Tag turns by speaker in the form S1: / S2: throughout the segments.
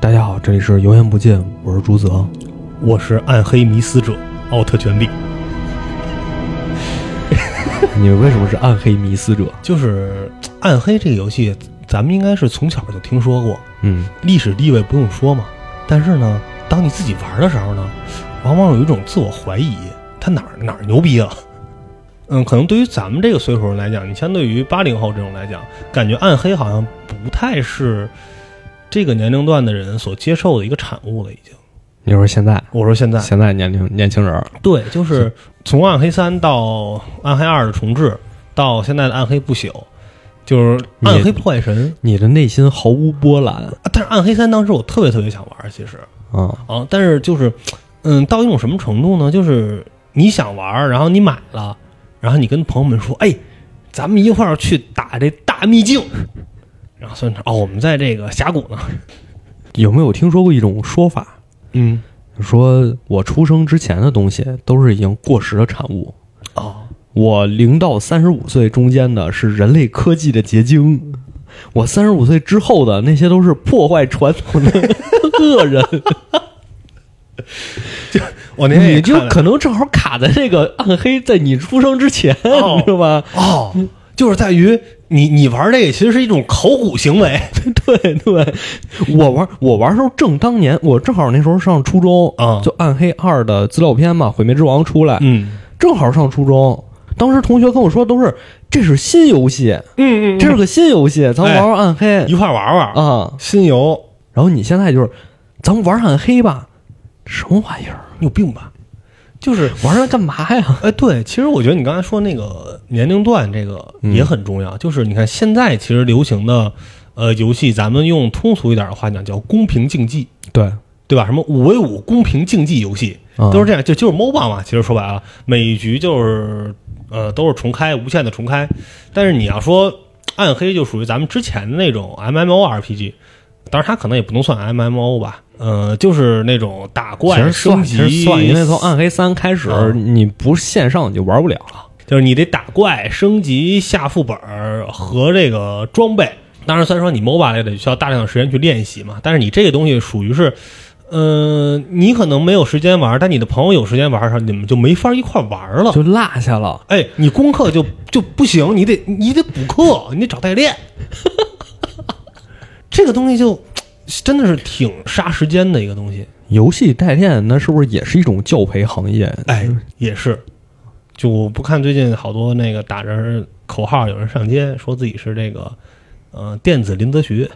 S1: 大家好，这里是油盐不进，我是朱泽。
S2: 我是暗黑迷思者，奥特权利，
S1: 你为什么是暗黑迷思者？
S2: 就是嘖暗黑这个游戏，咱们应该是从小就听说过，
S1: 嗯，
S2: 历史地位不用说嘛。但是呢，当你自己玩的时候呢，往往有一种自我怀疑，它哪儿哪儿牛逼啊？嗯，可能对于咱们这个岁数人来讲，你相对于八零后这种来讲，感觉暗黑好像不太是这个年龄段的人所接受的一个产物了。已经，
S1: 你说现在
S2: 我说现在
S1: 现在年龄年轻人儿，
S2: 对，就是从《暗黑三》到《暗黑二》的重置，到现在的《暗黑不朽》，就是《
S1: 你
S2: 暗黑破坏神》
S1: 你的内心毫无波澜
S2: 啊。但是《暗黑三》当时我特别特别想玩，其实
S1: 啊！
S2: 啊，但是就是，嗯，到一种什么程度呢？就是你想玩，然后你买了，然后你跟朋友们说：“哎，咱们一块儿去打这大秘境。”然后孙长哦，我们在这个峡谷呢。
S1: 有没有听说过一种说法，
S2: 嗯，
S1: 说我出生之前的东西都是已经过时的产物？
S2: 哦，
S1: 我零到三十五岁中间的是人类科技的结晶，我三十五岁之后的那些都是破坏传统的 恶人。
S2: 我那 天
S1: 你
S2: 也
S1: 就
S2: 看了
S1: 可能正好卡在这个暗黑，在你出生之前，
S2: 哦
S1: 是吧？
S2: 哦，就是在于你你玩这个其实是一种考古行为。
S1: 对对， 我玩我玩的时候正当年，我正好那时候上初中
S2: 啊
S1: 就《暗黑二》的资料片嘛，《毁灭之王》出来，
S2: 嗯
S1: 正好上初中。当时同学跟我说都是这是新游戏，
S2: 嗯哦
S1: 这是个新游戏，咱们
S2: 哎
S1: 玩玩暗黑
S2: 一块儿玩玩。
S1: 啊。
S2: 新游
S1: 然后你现在就是，咱们玩暗黑吧，什么玩意儿？
S2: 你有病吧？就是，
S1: 玩它干嘛呀？
S2: 哎，对，其实我觉得你刚才说那个年龄段这个
S1: 嗯
S2: 也很重要。就是你看现在其实流行的呃游戏，咱们用通俗一点的话讲叫公平竞技，
S1: 对，
S2: 对吧？什么五 v 五公平竞技游戏
S1: 啊
S2: 都是这样，就就是 MOBA 嘛。其实说白了，每一局就是呃都是重开，无限的重开。但是你要说暗黑，就属于咱们之前的那种 MMORPG。当然，它可能也不能算 MMO 吧，呃，就是那种
S1: 其
S2: 打怪
S1: 实
S2: 升
S1: 算其
S2: 级，
S1: 实算，因为从暗黑三开始，
S2: 啊
S1: 你不是线上你就玩不了了。
S2: 就是你得打怪、升级、下副本儿和这个装备。当然，虽然说你 MOBA 类的需要大量的时间去练习嘛，但是你这个东西属于是，嗯、你可能没有时间玩，但你的朋友有时间玩的时候，你们就没法一块玩了。
S1: 就落下了，
S2: 哎，你功课就就不行，你得你得补课，你得找代练。这个东西就真的是挺杀时间的一个东西。
S1: 游戏代练那是不是也是一种教培行业？
S2: 哎，也是，就我不看最近好多那个打着口号，有人上街说自己是这个，呃，电子林则徐，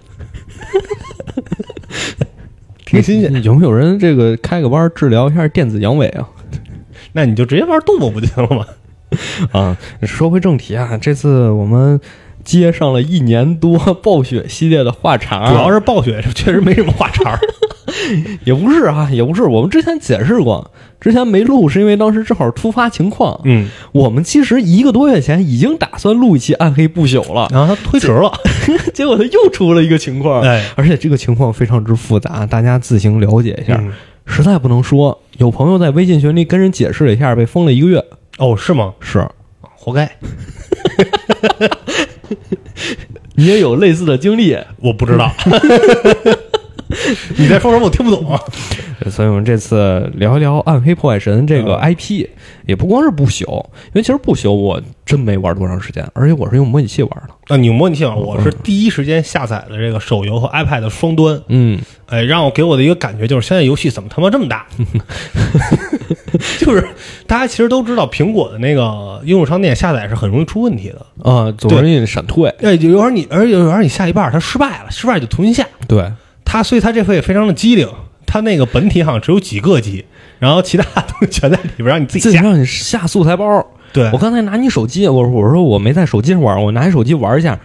S2: 挺新鲜。
S1: 你有没有人这个开个弯儿治疗一下电子阳痿啊？
S2: 那你就直接玩杜牧不就行了吗？
S1: 啊，说回正题啊，这次我们接上了一年多暴雪系列的话茬儿，
S2: 主要是暴雪确实没什么话茬儿。
S1: 也不是啊，也不是，我们之前解释过，之前没录是因为当时正好突发情况。
S2: 嗯，
S1: 我们其实一个多月前已经打算录一期《暗黑不朽》了，
S2: 然后他推迟了。嗯
S1: 结果它又出了一个情况，
S2: 哎，
S1: 而且这个啊情况非常之复杂，大家自行了解一下。
S2: 嗯
S1: 实在不能说，有朋友在微信群里跟人解释了一下，被封了一个月。
S2: 哦，是吗？
S1: 是
S2: 活该，
S1: 你也有类似的经历，
S2: 我不知道。你在说什么？我听不懂。 啊
S1: 所以我们这次聊一聊《暗黑破坏神》这个 IP，、也不光是不朽，因为其实不朽我真没玩多长时间，而且我是用模拟器玩的。
S2: 啊，你模拟器啊，我是第一时间下载的这个手游和 iPad 的双端。
S1: 嗯，
S2: 哎，让我给我的一个感觉就是，现在游戏怎么他妈这么大？ 就是大家其实都知道，苹果的那个应用商店下载是很容易出问题的。
S1: 啊，总容易闪退。
S2: 哎，有时候你，而有时候你下一半儿它失败了，失败就重新下。
S1: 对，
S2: 它所以它这回也非常的机灵，它那个本体好像只有几个 G，然后其他东西全在里边儿，让你自己
S1: 自己
S2: 下。
S1: 让你下素材包。
S2: 对
S1: 我，刚才拿你手机，我我说我没在手机上玩，我拿你手机玩一下，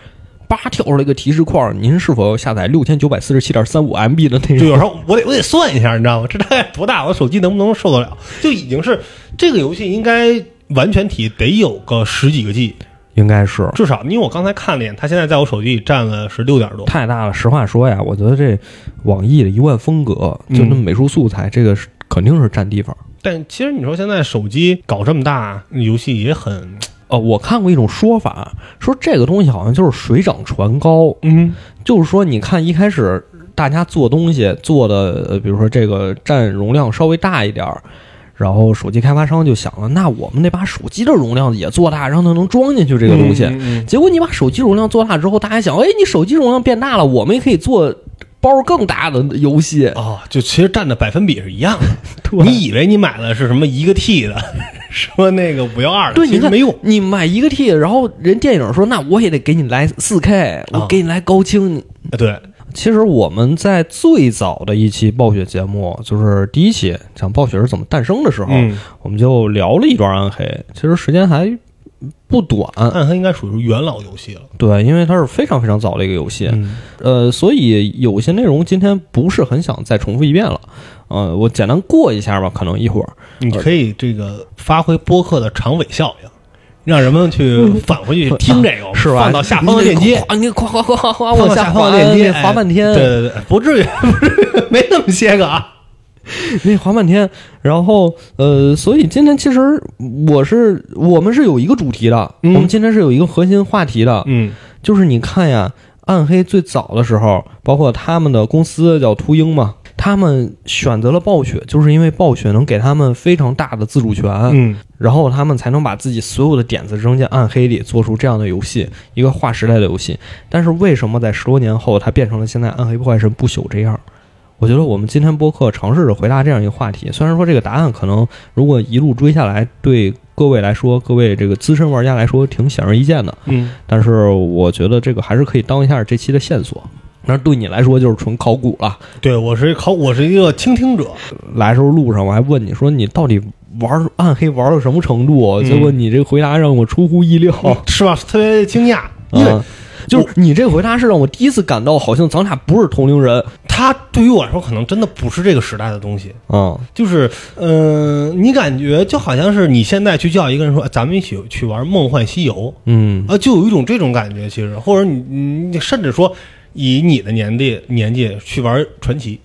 S1: 叭跳出来一个提示框，您是否要下载六千九百四十七点三五 MB 的内
S2: 就
S1: 容？
S2: 有时候我得我得算一下，你知道吗？这大概多大？我手机能不能受得了？就已经是这个游戏应该完全体得有个十几个 G。
S1: 应该是
S2: 至少，因为我刚才看了一眼，它现在在我手机里占了是六点多。
S1: 太大了。实话说呀，我觉得这网易的一万风格，就那么美术素材，这个是肯定是占地方。
S2: 但其实你说现在手机搞这么大，游戏也很，
S1: 呃，我看过一种说法，说这个东西好像就是水涨船高，
S2: 嗯，
S1: 就是说，你看一开始大家做东西做的，呃比如说这个占容量稍微大一点儿，然后手机开发商就想了，那我们得把手机的容量也做大，让它能装进去这个东西。
S2: 嗯嗯
S1: 结果你把手机容量做大之后，大家想，哎，你手机容量变大了，我们也可以做包更大的游戏
S2: 嗯。哦，就其实占的百分比是一样的。
S1: 你
S2: 你以为你买的是什么一个 T 的， 说那个五幺二的，
S1: 对，
S2: 其
S1: 你
S2: 实
S1: 看
S2: 没用。
S1: 你买一个 T，然后人电影说，那我也得给你来四 K，我
S2: 啊
S1: 给你来高清。
S2: 呃对，
S1: 其实我们在最早的一期暴雪节目，就是第一期讲暴雪是怎么诞生的时候，
S2: 嗯，
S1: 我们就聊了一段暗黑。其实时间还不短，
S2: 暗黑应该属于元老游戏了。
S1: 对，因为它是非常非常早的一个游戏，
S2: 嗯
S1: 呃，所以有些内容今天不是很想再重复一遍了。呃，我简单过一下吧，可能一会儿。
S2: 你可以这个发挥播客的长尾效应，让人们去返回去听这个，
S1: 是吧？
S2: 放到下方的链 接，
S1: 啊，你夸夸夸夸夸
S2: 放
S1: 往
S2: 到
S1: 下
S2: 方
S1: 滑
S2: 的链接，
S1: 滑半天，
S2: 哎对对对，不至于， 不至于，没那么些个啊。
S1: 那滑半天。然后呃，所以今天其实我是我们是有一个主题的，
S2: 嗯
S1: 我们今天是有一个核心话题的，
S2: 嗯
S1: 就是你看呀，暗黑最早的时候，包括他们的公司叫秃鹰嘛，他们选择了暴雪，就是因为暴雪能给他们非常大的自主权，
S2: 嗯，
S1: 然后他们才能把自己所有的点子扔进暗黑里，做出这样的游戏，一个划时代的游戏。但是为什么在十多年后，它变成了现在《暗黑破坏神》不朽这样？ 我觉得我们今天播客尝试着回答这样一个话题，虽然说这个答案可能如果一路追下来，对各位来说，各位这个资深玩家来说挺显而易见的，
S2: 嗯，
S1: 但是我觉得这个还是可以当一下这期的线索。但是对你来说就是纯考古了。
S2: 对我是一考，我是一个倾听者，
S1: 来时候路上我还问你说你到底玩暗黑玩到什么程度？
S2: 嗯
S1: 结果你这个回答让我出乎意料，
S2: 哦是吧？特别惊讶，因为
S1: 嗯，就是你这个回答是让我第一次感到好像咱俩不是同龄人。
S2: 它对于我来说，可能真的不是这个时代的东西。
S1: 嗯，
S2: 就是，嗯、你感觉就好像是你现在去叫一个人说，哎咱们一起去玩《梦幻西游》
S1: 嗯，
S2: 啊，就有一种这种感觉。其实，或者你你甚至说，以你的年纪年纪去玩传奇，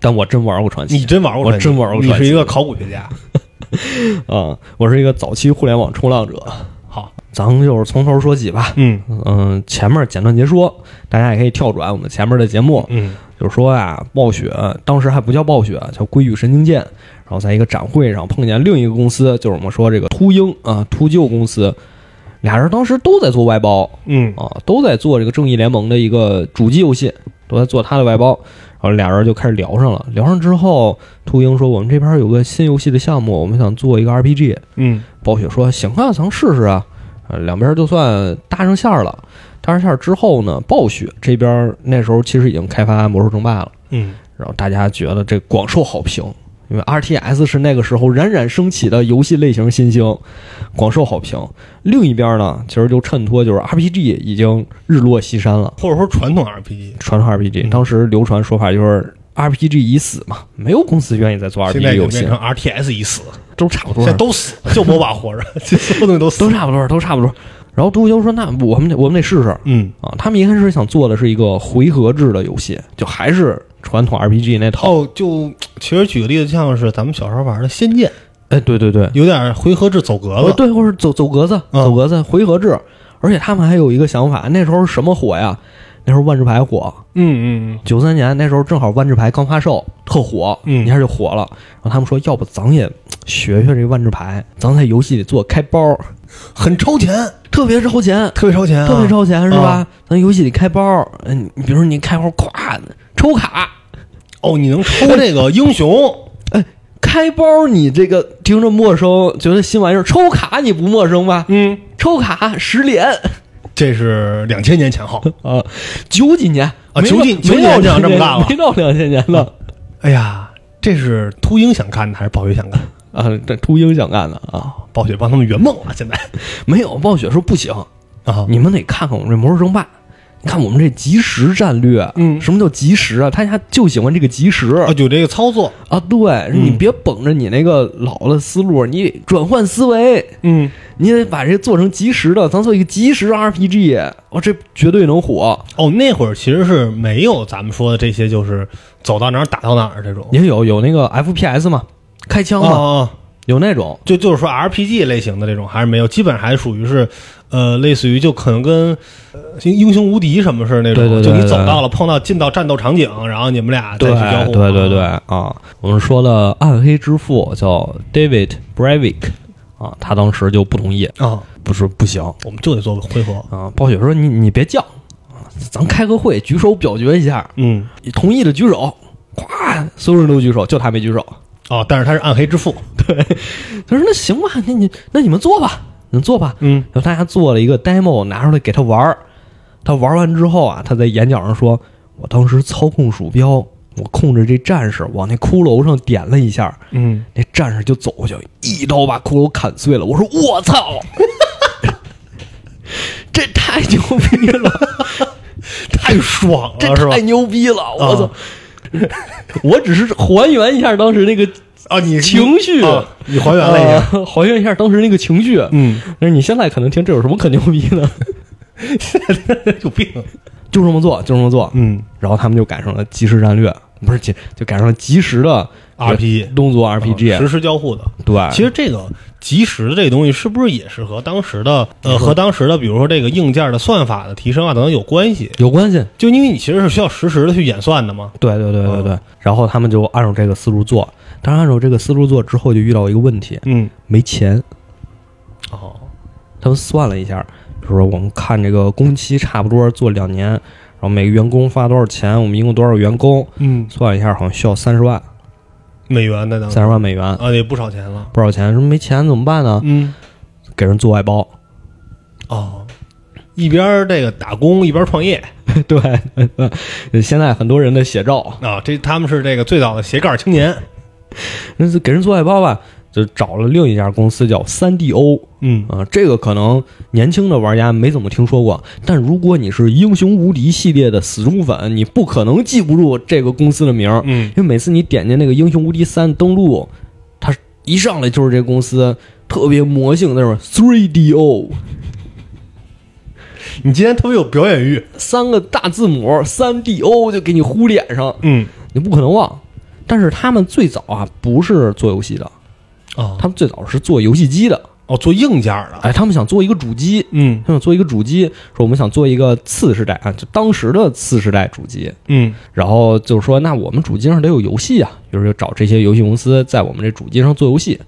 S1: 但我真玩过传
S2: 你
S1: 奇
S2: 真玩过
S1: 我
S2: 传奇？
S1: 真玩过
S2: 你
S1: 传
S2: 是
S1: 奇
S2: 一个考古学家。
S1: 啊、嗯，我是一个早期互联网冲浪者。
S2: 好，
S1: 咱们就是从头说起吧。
S2: 嗯
S1: 嗯，前面简短截说，大家也可以跳转我们前面的节目。
S2: 嗯
S1: 就是说啊，暴雪当时还不叫暴雪，叫归宇神经剑。然后在一个展会上碰见另一个公司，就是我们说这个秃鹰啊，秃鹫公司，俩人当时都在做外包
S2: 嗯
S1: 啊，都在做这个正义联盟的一个主机游戏，都在做他的外包。然后俩人就开始聊上了，聊上之后，秃鹰说我们这边有个新游戏的项目，我们想做一个 RPG。
S2: 嗯
S1: 暴雪说行啊，咱试试啊，呃，两边就算搭上线儿了。搭上线儿之后呢，暴雪这边那时候其实已经开发《魔兽争霸》了。
S2: 嗯，
S1: 然后大家觉得这广受好评，因为 RTS 是那个时候冉冉升起的游戏类型新星，广受好评。另一边呢，其实就衬托就是 RPG 已经日落西山了，
S2: 或者说传统 RPG，
S1: 传统 RPG
S2: 嗯
S1: 当时流传说法就是 RPG 已死嘛，没有公司愿意再做
S2: 现
S1: RPG
S2: 在已经
S1: 游
S2: 变
S1: 戏
S2: 成，RTS 已死，
S1: 都差不多
S2: 现在，都死，就 MOBA 活 着，就所有东西都死
S1: 都。差不多，都差不多。然后杜优说：“那我们得我们得试试
S2: 嗯，
S1: 啊！”他们一开始想做的是一个回合制的游戏，就还是传统 RPG 那套。
S2: 哦，就其实举个例子，像是咱们小时候玩的《仙剑》，
S1: 哎，对对对，
S2: 有点回合制走格
S1: 呃，
S2: 了。
S1: 对，或者走走格子，
S2: 嗯
S1: 走格子，回合制。而且他们还有一个想法，那时候什么火呀？那时候万智牌火，
S2: 嗯嗯
S1: 九三年那时候正好万智牌刚发售，特火，
S2: 嗯
S1: 一下就火了。然后他们说，要不咱也学学这万智牌，咱在游戏里做开包，
S2: 嗯，很超前，
S1: 特别超前，
S2: 特别超前、啊，
S1: 特别超前是吧？咱游戏里开包，嗯，你比如说你开包，咵抽卡，哎
S2: 哦！你能抽这个英雄，
S1: 开包你这个听着陌生，觉得新玩意儿，抽卡你不陌生吧？
S2: 嗯，
S1: 抽卡十连。
S2: 这是两千年前 后。
S1: 啊，九几年
S2: 啊
S1: 没到
S2: 九几九几
S1: 没到
S2: 年就这么干了
S1: 没到两千年了。
S2: 哎呀，这是秃鹰想干的还是暴雪想干的？
S1: 啊，这秃鹰想干的啊，
S2: 暴雪帮他们圆梦了，现在
S1: 没有暴雪说不行，
S2: 啊，
S1: 你们得看看我们这魔兽争霸，你看我们这即时战略，
S2: 嗯
S1: 什么叫即时啊？他家就喜欢这个即时
S2: 啊，有这个操作，
S1: 啊，对你别绷着你那个老的思路，你得转换思维，
S2: 嗯，
S1: 你得把这做成即时的，咱做一个即时 RPG，哦，这绝对能火。
S2: 哦，那会儿其实是没有咱们说的这些，就是走到哪儿打到哪儿这种。
S1: 也有有那个 FPS 嘛，开枪嘛，
S2: 啊啊，
S1: 有那种
S2: 就就是说 RPG 类型的这种还是没有，基本还属于是，呃，类似于就可能跟呃《英雄无敌》什么似的那种，
S1: 对对对
S2: 就你走
S1: 对
S2: 到了碰到进到战斗场景，然后你们俩再
S1: 对
S2: 去交互，
S1: 对对对啊！我们说了暗黑之父叫 David Breivik 啊，他当时就不同意，
S2: 啊，
S1: 不是不行
S2: 我们就得做个回合，
S1: 啊。暴雪说你你别犟啊，咱开个会举手表决一下，
S2: 嗯，
S1: 同意的举手，咵，所有人都举手，就他没举手。
S2: 哦，但是他是暗黑之父，
S1: 他说那行吧，那你那你们做吧，你们做吧。
S2: 嗯，
S1: 然后大家做了一个 demo 拿出来给他玩儿，他玩完之后啊，他在演讲上说：“我当时操控鼠标，我控制这战士往那骷髅上点了一下，
S2: 嗯，
S1: 那战士就走过去，一刀把骷髅砍碎了。”我说：“我操！” 这太牛逼了，
S2: 太爽
S1: 这
S2: 了啊是吧
S1: 太？牛逼了！我操！
S2: 啊
S1: 我只是还原一下当时那个
S2: 啊，你
S1: 情绪
S2: 啊你还原了一下，
S1: 呃还原一下当时那个情绪。
S2: 嗯，
S1: 但是你现在可能听这有什么可牛逼的？
S2: 有病，啊
S1: 嗯就这么做，就这么做。
S2: 嗯
S1: 然后他们就改成了即时战略，不是即就改成了即时的
S2: ，RPG。
S1: 动作 RPG、
S2: 实时交互的，
S1: 对，
S2: 啊其实这个即时的这东西是不是也是和当时的呃和当时的比如说这个硬件的算法的提升啊等等有关系？
S1: 有关系。
S2: 就因为你其实是需要实时的去演算的嘛。
S1: 对对对对
S2: 嗯
S1: 对。然后他们就按照这个思路做，但是按照这个思路做之后，就遇到一个问题，
S2: 嗯，
S1: 没钱。
S2: 哦，
S1: 他们算了一下，就说我们看这个工期差不多做两年，然后每个员工发多少钱，我们一共多少员工，
S2: 嗯，
S1: 算一下好像需要三十万，
S2: 美元的当时
S1: 三十万美元。
S2: 啊，也不少钱了。
S1: 不少钱，说没钱怎么办呢？
S2: 嗯，
S1: 给人做外包，
S2: 哦，一边儿这个打工一边儿创业
S1: 对，现在很多人的写照，
S2: 啊，这他们是这个最早的斜杠青年。
S1: 那就给人做外包吧，就找了另一家公司叫三 DO
S2: 嗯
S1: 啊、这个可能年轻的玩家没怎么听说过，但如果你是英雄无敌系列的死忠粉，你不可能记不住这个公司的名儿，
S2: 嗯，
S1: 因为每次你点进那个英雄无敌三登录，它一上来就是这公司特别魔性那种 Three DO
S2: 你今天特别有表演欲。
S1: 三个大字母三 DO 就给你呼脸上，
S2: 嗯，
S1: 你不可能忘。但是他们最早啊不是做游戏的，
S2: 哦
S1: 他们最早是做游戏机的。
S2: 哦，做硬件儿的。
S1: 哎，他们想做一个主机，
S2: 嗯
S1: 他们想做一个主机，说我们想做一个次世代啊，就当时的次世代主机。
S2: 嗯
S1: 然后就是说，那我们主机上得有游戏啊，于是就找这些游戏公司在我们这主机上做游戏，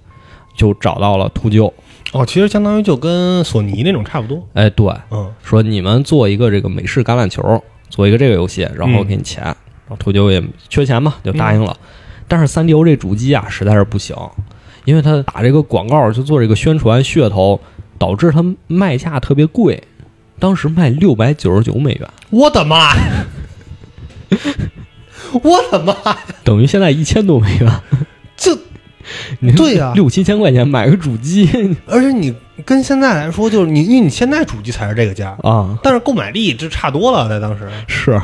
S1: 就找到了秃鹫。
S2: 哦，其实相当于就跟索尼那种差不多。
S1: 哎，对，
S2: 嗯
S1: 说你们做一个这个美式橄榄球，做一个这个游戏，然后给你钱。然后秃鹫也缺钱嘛，就答应了。但是三 D O 这主机啊，实在是不行，因为他打这个广告，就做这个宣传噱头，导致它卖价特别贵。当时卖六百九十九美元，
S2: 我的 妈！呀！我的妈！呀！
S1: 等于现在一千多美元。
S2: 这
S1: 你
S2: 对呀
S1: 六七千块钱买个主 机
S2: 而且你跟现在来说，就是你，因为你现在主机才是这个价，
S1: 啊，
S2: 但是购买力这差多了，在当时
S1: 是，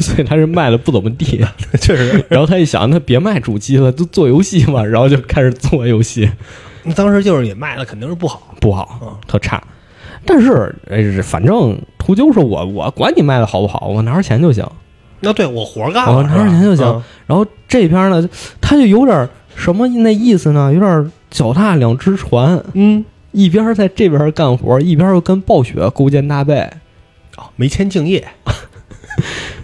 S1: 所以他是卖的不怎么地。
S2: 确实，
S1: 然后他一想，那别卖主机了，就做游戏嘛，然后就开始做游戏。
S2: 当时就是也卖的肯定是不好，
S1: 不
S2: 嗯
S1: 好，特差。但是，哎，反正图就是我，我管你卖的好不好，我拿着钱就行。
S2: 哦那对我活干
S1: 我
S2: 了，啊
S1: 拿着钱就是
S2: 吧
S1: 行。然后这边呢，他就有点什么那意思呢？有点脚踏两只船，
S2: 嗯，
S1: 一边在这边干活，一边又跟暴雪勾肩搭背，
S2: 哦，没钱敬业，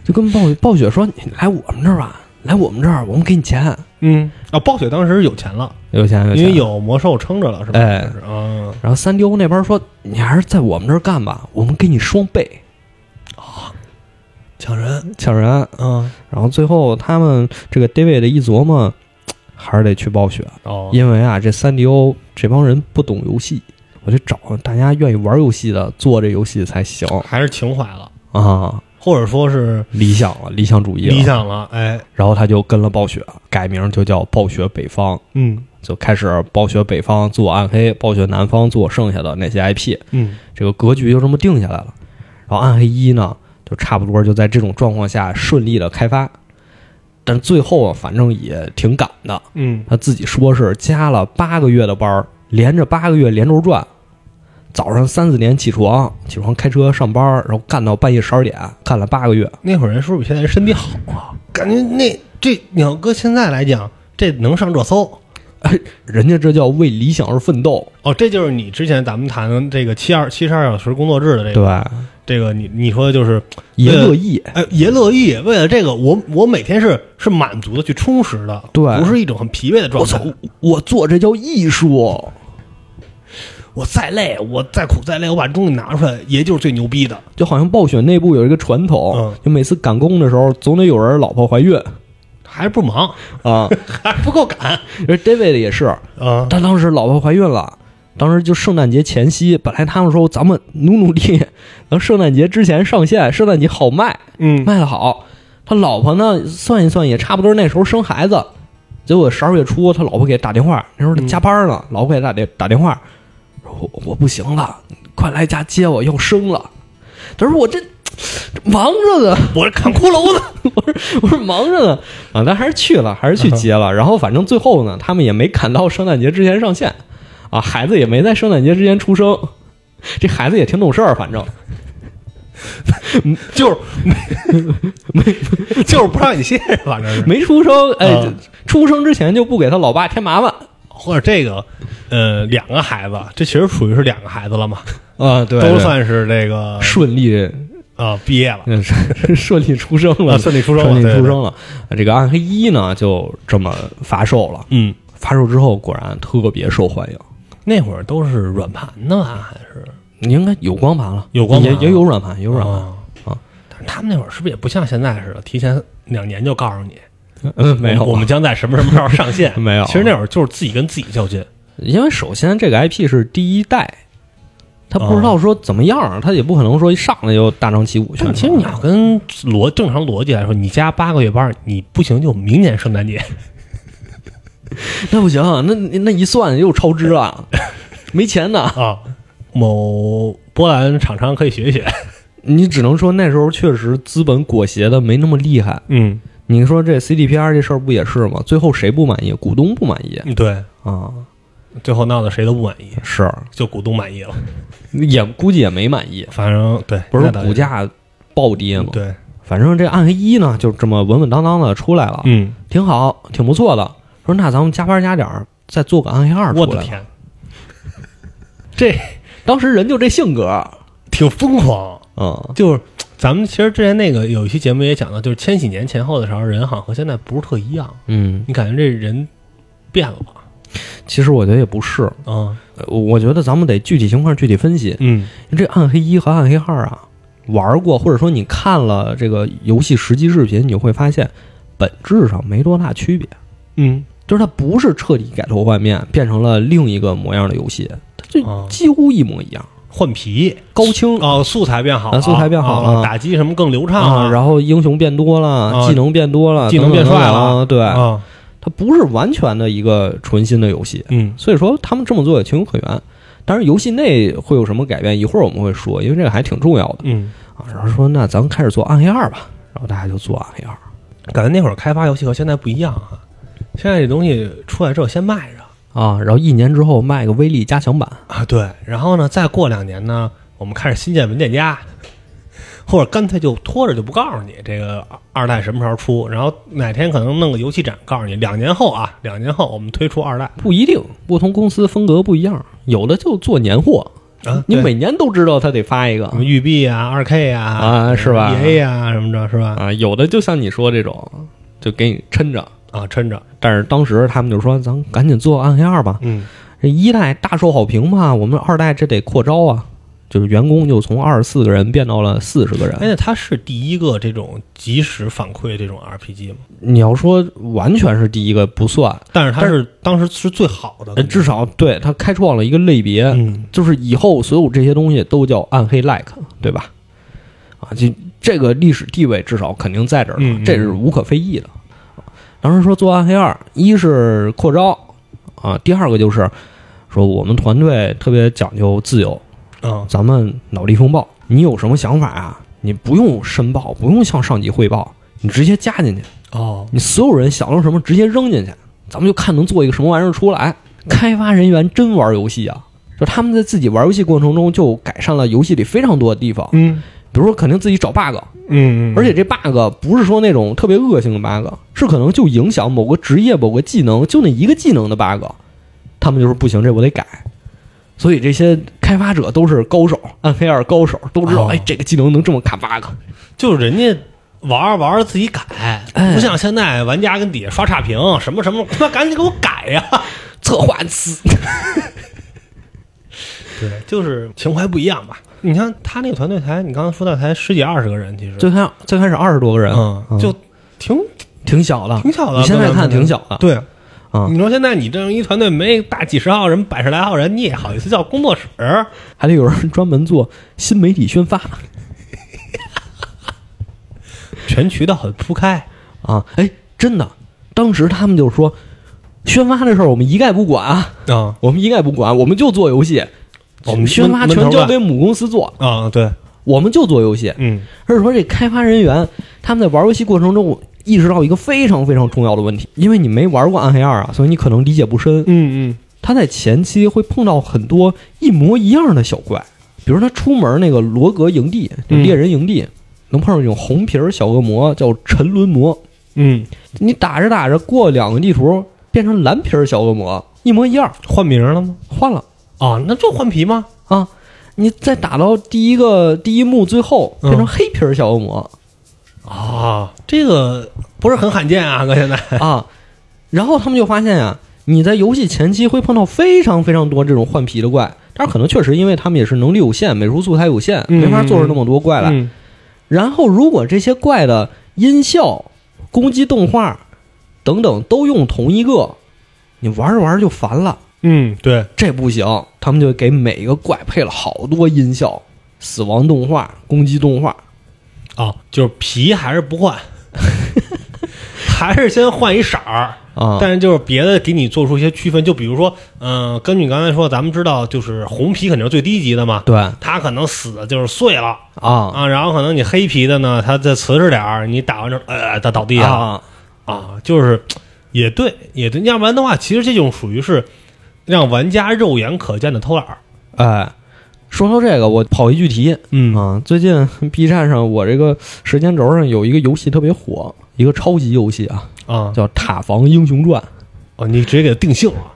S1: 就跟暴雪暴雪说：“你来我们这儿吧，来我们这儿，我们给你钱，
S2: 嗯，啊，暴雪当时有钱了，
S1: 有钱有
S2: 因
S1: 钱。
S2: 为”有魔兽撑着了，是吧？
S1: 哎
S2: 当时啊，
S1: 然后三丢那边说：“你还是在我们这儿干吧，我们给你双倍。
S2: 抢人，”
S1: 抢人，
S2: 嗯，
S1: 然后最后他们这个 David 一琢磨，还是得去暴雪，
S2: 哦，
S1: 因为啊，这三 DO 这帮人不懂游戏，我就找大家愿意玩游戏的做这游戏才行
S2: 还是情怀了，
S1: 啊，
S2: 或者说是
S1: 理想了，理想主义了。
S2: 理。想了，哎，
S1: 然后他就跟了暴雪，改名就叫暴雪北方，
S2: 嗯
S1: 就开始暴雪北方做暗黑，暴雪南方做剩下的那些 IP，
S2: 嗯，
S1: 这个格局就这么定下来了。然后暗黑一呢，就差不多就在这种状况下顺利的开发，但最后啊，反正也挺赶的。
S2: 嗯，
S1: 他自己说是加了八个月的班儿，连着八个月连轴转，早上三四点起床，起床开车上班，然后干到半夜十二点，干了八个月。
S2: 那会儿人是不是比现在人身体好啊？感觉那这你要搁现在来讲，这能上热搜，
S1: 人家这叫为理想而奋斗，
S2: 哦，这就是你之前咱们谈的这个七二七十二小时工作制的这
S1: 对
S2: 个
S1: 吧？
S2: 这个你你说的就是，
S1: 也乐意，
S2: 哎，也乐意为了这个，我我每天是是满足的去充实的，
S1: 对
S2: 不是一种很疲惫的状
S1: 我操
S2: 态。，
S1: 我做这叫艺术，
S2: 我再累，我再苦再累，我把东西拿出来，也就是最牛逼的。
S1: 就好像暴雪内部有一个传统，
S2: 嗯
S1: 就每次赶工的时候，总得有人老婆怀 孕
S2: 还是不忙，
S1: 啊。
S2: 还 是不够赶
S1: 而 David 也是，
S2: 啊！
S1: 他当时老婆怀孕了，当时就圣诞节前夕，本来他们说咱们努努力， 然后圣诞节之前上线，圣诞节好卖，
S2: 嗯，
S1: 卖的好。他老婆呢，算一算也差不多那时候生孩子，结果十二月初他老婆给打电话，那时候
S2: 嗯
S1: 他加班呢，老婆给打电打电话，说我我不行了，快来家接我，要生了。他说我这这忙着呢，
S2: 我是砍骷髅呢。
S1: 我说忙着呢啊，但还是去了，还是去接了。然后反正最后呢，他们也没赶到圣诞节之前上线，啊，孩子也没在圣诞节之前出生，这孩子也挺懂事儿，反正
S2: 就是 没，就是不让你歇着，反正是。
S1: 没出生，哎
S2: 嗯，
S1: 出生之前就不给他老爸添麻烦。
S2: 或者这个，呃，两个孩子，这其实属于是两个孩子了嘛，
S1: 啊，对
S2: 都算是这个
S1: 顺利，
S2: 啊毕业了，
S1: 嗯， 是顺利出生了，
S2: 啊顺利出生了
S1: 顺利
S2: 对
S1: 出
S2: 对
S1: 生了。啊这个暗黑一呢，就这么发售了。
S2: 嗯，
S1: 发售之后，果然特别受欢迎。
S2: 那会儿都是软盘的吧，还是
S1: 你应该有光盘了，
S2: 有光盘
S1: 也
S2: 啊
S1: 也有软盘，也有软盘。
S2: 啊
S1: 啊？
S2: 但是他们那会儿是不是也不像现在似的，提前两年就告诉你，
S1: 嗯， 没有，
S2: 啊我们将在什么什么时候上线？
S1: 没有。啊嗯
S2: 其实那会儿就是自己跟自己较劲，
S1: 因为首先这个 IP 是第一代，他不知道说怎么样，他也不可能说一上来就大张旗鼓宣传。
S2: 但其实你要跟逻正常逻辑来说，你加八个月班，你不行就明年圣诞 节，
S1: 那不行，那那一算又超支 啊，没钱呢。
S2: 啊，某波兰厂商可以学一学。
S1: 你只能说那时候确实资本裹挟的没那么厉害。
S2: 嗯，
S1: 你说这 CDPR 这事儿不也是吗？最后谁不满意？股东不满意
S2: 嗯对，
S1: 啊？
S2: 最后闹得谁都不满意，
S1: 是，
S2: 就股东满意了。
S1: 也估计也没满意，
S2: 反正对，
S1: 不是
S2: 那倒
S1: 股价暴跌嘛。
S2: 对，
S1: 反正这暗黑一呢，就这么稳稳当当的出来了，
S2: 嗯，
S1: 挺好，挺不错的。说那咱们加班加点儿，再做个暗黑二
S2: 我
S1: 出
S2: 的
S1: 来。
S2: 天， 这
S1: 当时人就这性格，
S2: 挺疯狂。
S1: 嗯，
S2: 就是咱们其实之前那个有一期节目也讲到，就是千禧年前后的时候，人好像和现在不是特一样，
S1: 嗯，
S2: 你感觉这人变了吧？
S1: 其实我觉得也不是，
S2: 嗯
S1: 呃我觉得咱们得具体情况具体分析。
S2: 嗯
S1: 这暗黑一和暗黑二啊，玩过或者说你看了这个游戏实际视频，你会发现本质上没多大区别，
S2: 嗯
S1: 就是它不是彻底改头换面，变成了另一个模样的游戏，它就
S2: 啊，
S1: 几乎一模一样，
S2: 换皮
S1: 高清
S2: 哦，素材变好了，
S1: 啊素材变好了
S2: 啊打击什么更流畅
S1: 啊，
S2: 了
S1: 然后英雄变多了，
S2: 啊
S1: 技能变多了，
S2: 技能变
S1: 等等
S2: 帅
S1: 等等
S2: 了
S1: 对，
S2: 啊，
S1: 它不是完全的一个纯新的游戏，
S2: 嗯
S1: 所以说他们这么做也情有可原。当然，游戏内会有什么改变，一会儿我们会说，因为这个还挺重要的。
S2: 嗯，
S1: 啊，然后说那咱们开始做暗黑二吧，然后大家就做暗黑二。
S2: 感觉那会儿开发游戏和现在不一样啊，现在这东西出来之后先卖着
S1: 啊，然后一年之后卖个威力加强版，
S2: 啊，对，然后呢，再过两年呢，我们开始新建文件夹。或者干脆就拖着就不告诉你这个二代什么时候出，然后哪天可能弄个游戏展告诉你，两年后啊，两年后我们推出二代
S1: 不一定，不同公司风格不一样，有的就做年货，
S2: 啊，
S1: 你
S2: 对
S1: 每年都知道他得发一
S2: 什么
S1: 个
S2: 育碧啊、二 K 啊
S1: 啊是吧
S2: ？E A 啊什么的，是吧？
S1: 啊，有的就像你说这种，就给你抻着。
S2: 啊，抻着，
S1: 但是当时他们就说，咱赶紧做暗黑二吧，
S2: 嗯
S1: 这一代大受好评嘛，我们二代这得扩招啊，就是员工就从二十四个人变到了四十个人
S2: 哎，。那它是第一个这种及时反馈这种 RPG 吗？
S1: 你要说完全是第一个不算，
S2: 但是它是当时是最好的
S1: 呃，，至少对它开创了一个类别，
S2: 嗯
S1: 就是以后所有这些东西都叫暗黑 like，对吧？啊，这这个历史地位至少肯定在这儿呢，
S2: 嗯嗯
S1: 这是无可非议的。当时说做暗黑二，一是扩招啊，第二个就是说我们团队特别讲究自由，
S2: 啊
S1: 咱们脑力风暴，你有什么想法啊？你不用申报，不用向上级汇报，你直接加进去，
S2: 哦，
S1: 你所有人想到什么直接扔进去，咱们就看能做一个什么玩意儿出来。开发人员真玩游戏啊，就他们在自己玩游戏过程中就改善了游戏里非常多的地方，
S2: 嗯
S1: 比如说肯定自己找 bug，
S2: 嗯
S1: 而且这 bug 不是说那种特别恶性的 bug，是可能就影响某个职业、某个技能，就那一个技能的 bug，他们就说不行，这我得改。所以这些开发者都是高手，暗黑二高手都知道，
S2: 哦
S1: 哎，这个技能能这么卡 bug。
S2: 就是人家玩儿玩儿自己改，
S1: 哎
S2: 不像现在玩家跟底下刷差评，什么什么，他妈赶紧给我改呀、
S1: 策划词，
S2: 对，就是情怀不一样吧。你看他那个团队才，你刚才说到才十几二十个人，其实
S1: 最开最开始二十多个人，
S2: 嗯，就挺
S1: 挺小的，
S2: 挺小的
S1: 你现在
S2: 对
S1: 看
S2: 对
S1: 挺小的，
S2: 对。
S1: 啊
S2: 你说现在你这样一团队没大几十号人、百十来号人，你也好意思叫工作室？
S1: 还得有人专门做新媒体宣发
S2: 全渠道很铺开，
S1: 啊！哎，真的，当时他们就说，宣发这事儿我们一概不管啊，
S2: 啊
S1: 我们一概不管，我们就做游戏，
S2: 我们
S1: 宣发
S2: 哦闷
S1: 全
S2: 闷头
S1: 交
S2: 干
S1: 给母公司做，
S2: 啊，对，
S1: 我们就做游戏。
S2: 嗯，
S1: 而是说这开发人员他们在玩游戏过程中意识到一个非常非常重要的问题，因为你没玩过《暗黑二》啊，所以你可能理解不深。
S2: 嗯嗯，
S1: 他在前期会碰到很多一模一样的小怪，比如他出门那个罗格营地，就
S2: 嗯
S1: 猎人营地，能碰上一种红皮儿小恶魔叫沉沦魔。
S2: 嗯，
S1: 你打着打着过两个地图，变成蓝皮儿小恶魔，一模一样，
S2: 换名了吗？
S1: 换了
S2: 啊，那就换皮吗？
S1: 啊！你再打到第一个第一幕最后，变成
S2: 嗯
S1: 黑皮儿小恶魔、
S2: 啊，这个不是很罕见啊，哥现在。
S1: 啊！然后他们就发现呀、啊你在游戏前期会碰到非常非常多这种换皮的怪，但是可能确实因为他们也是能力有限，美术素材有限，
S2: 嗯
S1: 没法做出那么多怪来。
S2: 嗯
S1: 然后，如果这些怪的音效、攻击动画等等都用同一个，你玩着玩着就烦了，
S2: 嗯，对，
S1: 这不行。他们就给每一个怪配了好多音效，死亡动画、攻击动画。
S2: 啊，就是皮还是 不换，还是先换一色儿。
S1: 啊，
S2: 但是就是别的给你做出一些区分，就比如说，嗯、根据你刚才说，咱们知道就是红皮肯定是最低级的嘛，
S1: 对
S2: 它可能死的就是碎了
S1: 啊
S2: 啊，然后可能你黑皮的呢，它再瓷实点儿，你打完之后，呃，它倒地下了
S1: 啊，
S2: 啊，就是也对，也对，要不然的话，其实这种属于是让玩家肉眼可见的偷懒儿，
S1: 哎，说到这个，我跑一句题
S2: 嗯
S1: 啊，最近 B 站上我这个时间轴上有一个游戏特别火，一个超级游戏啊，
S2: 啊，
S1: 叫《塔防英雄传
S2: 哦，你直接给它定性了，》，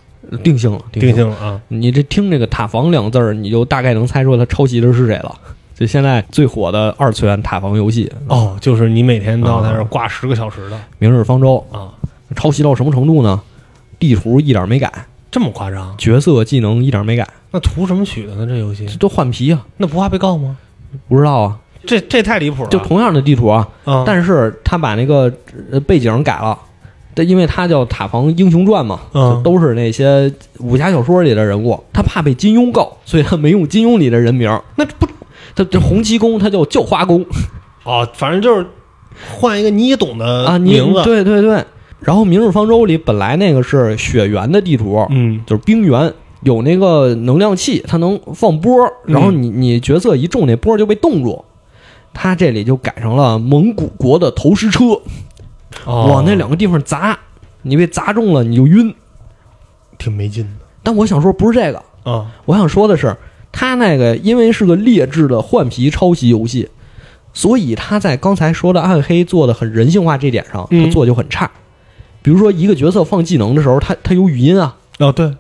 S1: 定性了，定性
S2: 定
S1: 了。
S2: 性了啊，
S1: 你这听这个“塔防”两个字儿，你就大概能猜出来它抄袭的是谁了。就现在最火的二次元塔防游戏《
S2: 哦，就是你每天都要在这儿挂十个小时的
S1: 明日方舟
S2: 啊，》，
S1: 抄袭到什么程度呢？地图一点没改，
S2: 这么夸张？
S1: 角色技能一点没改，
S2: 那图什么取的呢？这游戏
S1: 这都换皮啊！
S2: 那不怕被告吗？
S1: 不知道啊，
S2: 这这太离谱了，
S1: 就同样的地图啊，
S2: 啊，
S1: 但是他把那个呃背景改了，但因为他叫《塔防英雄传》嘛，
S2: 嗯
S1: 就都是那些武侠小说里的人物，他怕被金庸告，所以他没用金庸里的人名儿。那不，他这洪七公他叫叫花公，
S2: 哦，反正就是换一个你也懂
S1: 啊，
S2: 的
S1: 你
S2: 名字，
S1: 对对对。然后《明日方舟》里本来那个是雪原的地图，
S2: 嗯
S1: 就是冰原有那个能量器，它能放波儿，
S2: 嗯
S1: 然后你你角色一中那波儿就被冻住。它这里就改成了蒙古国的投石车，
S2: 哦
S1: 往那两个地方砸，你被砸中了你就晕。
S2: 挺没劲的
S1: 但我想说不是这个，
S2: 啊，
S1: 我想说的是，它那个因为是个劣质的换皮抄袭游戏，所以它在刚才说的暗黑做的很人性化这点上，
S2: 嗯
S1: 它做得就很差。比如说一个角色放技能的时候，它它有语音啊，
S2: 哦对，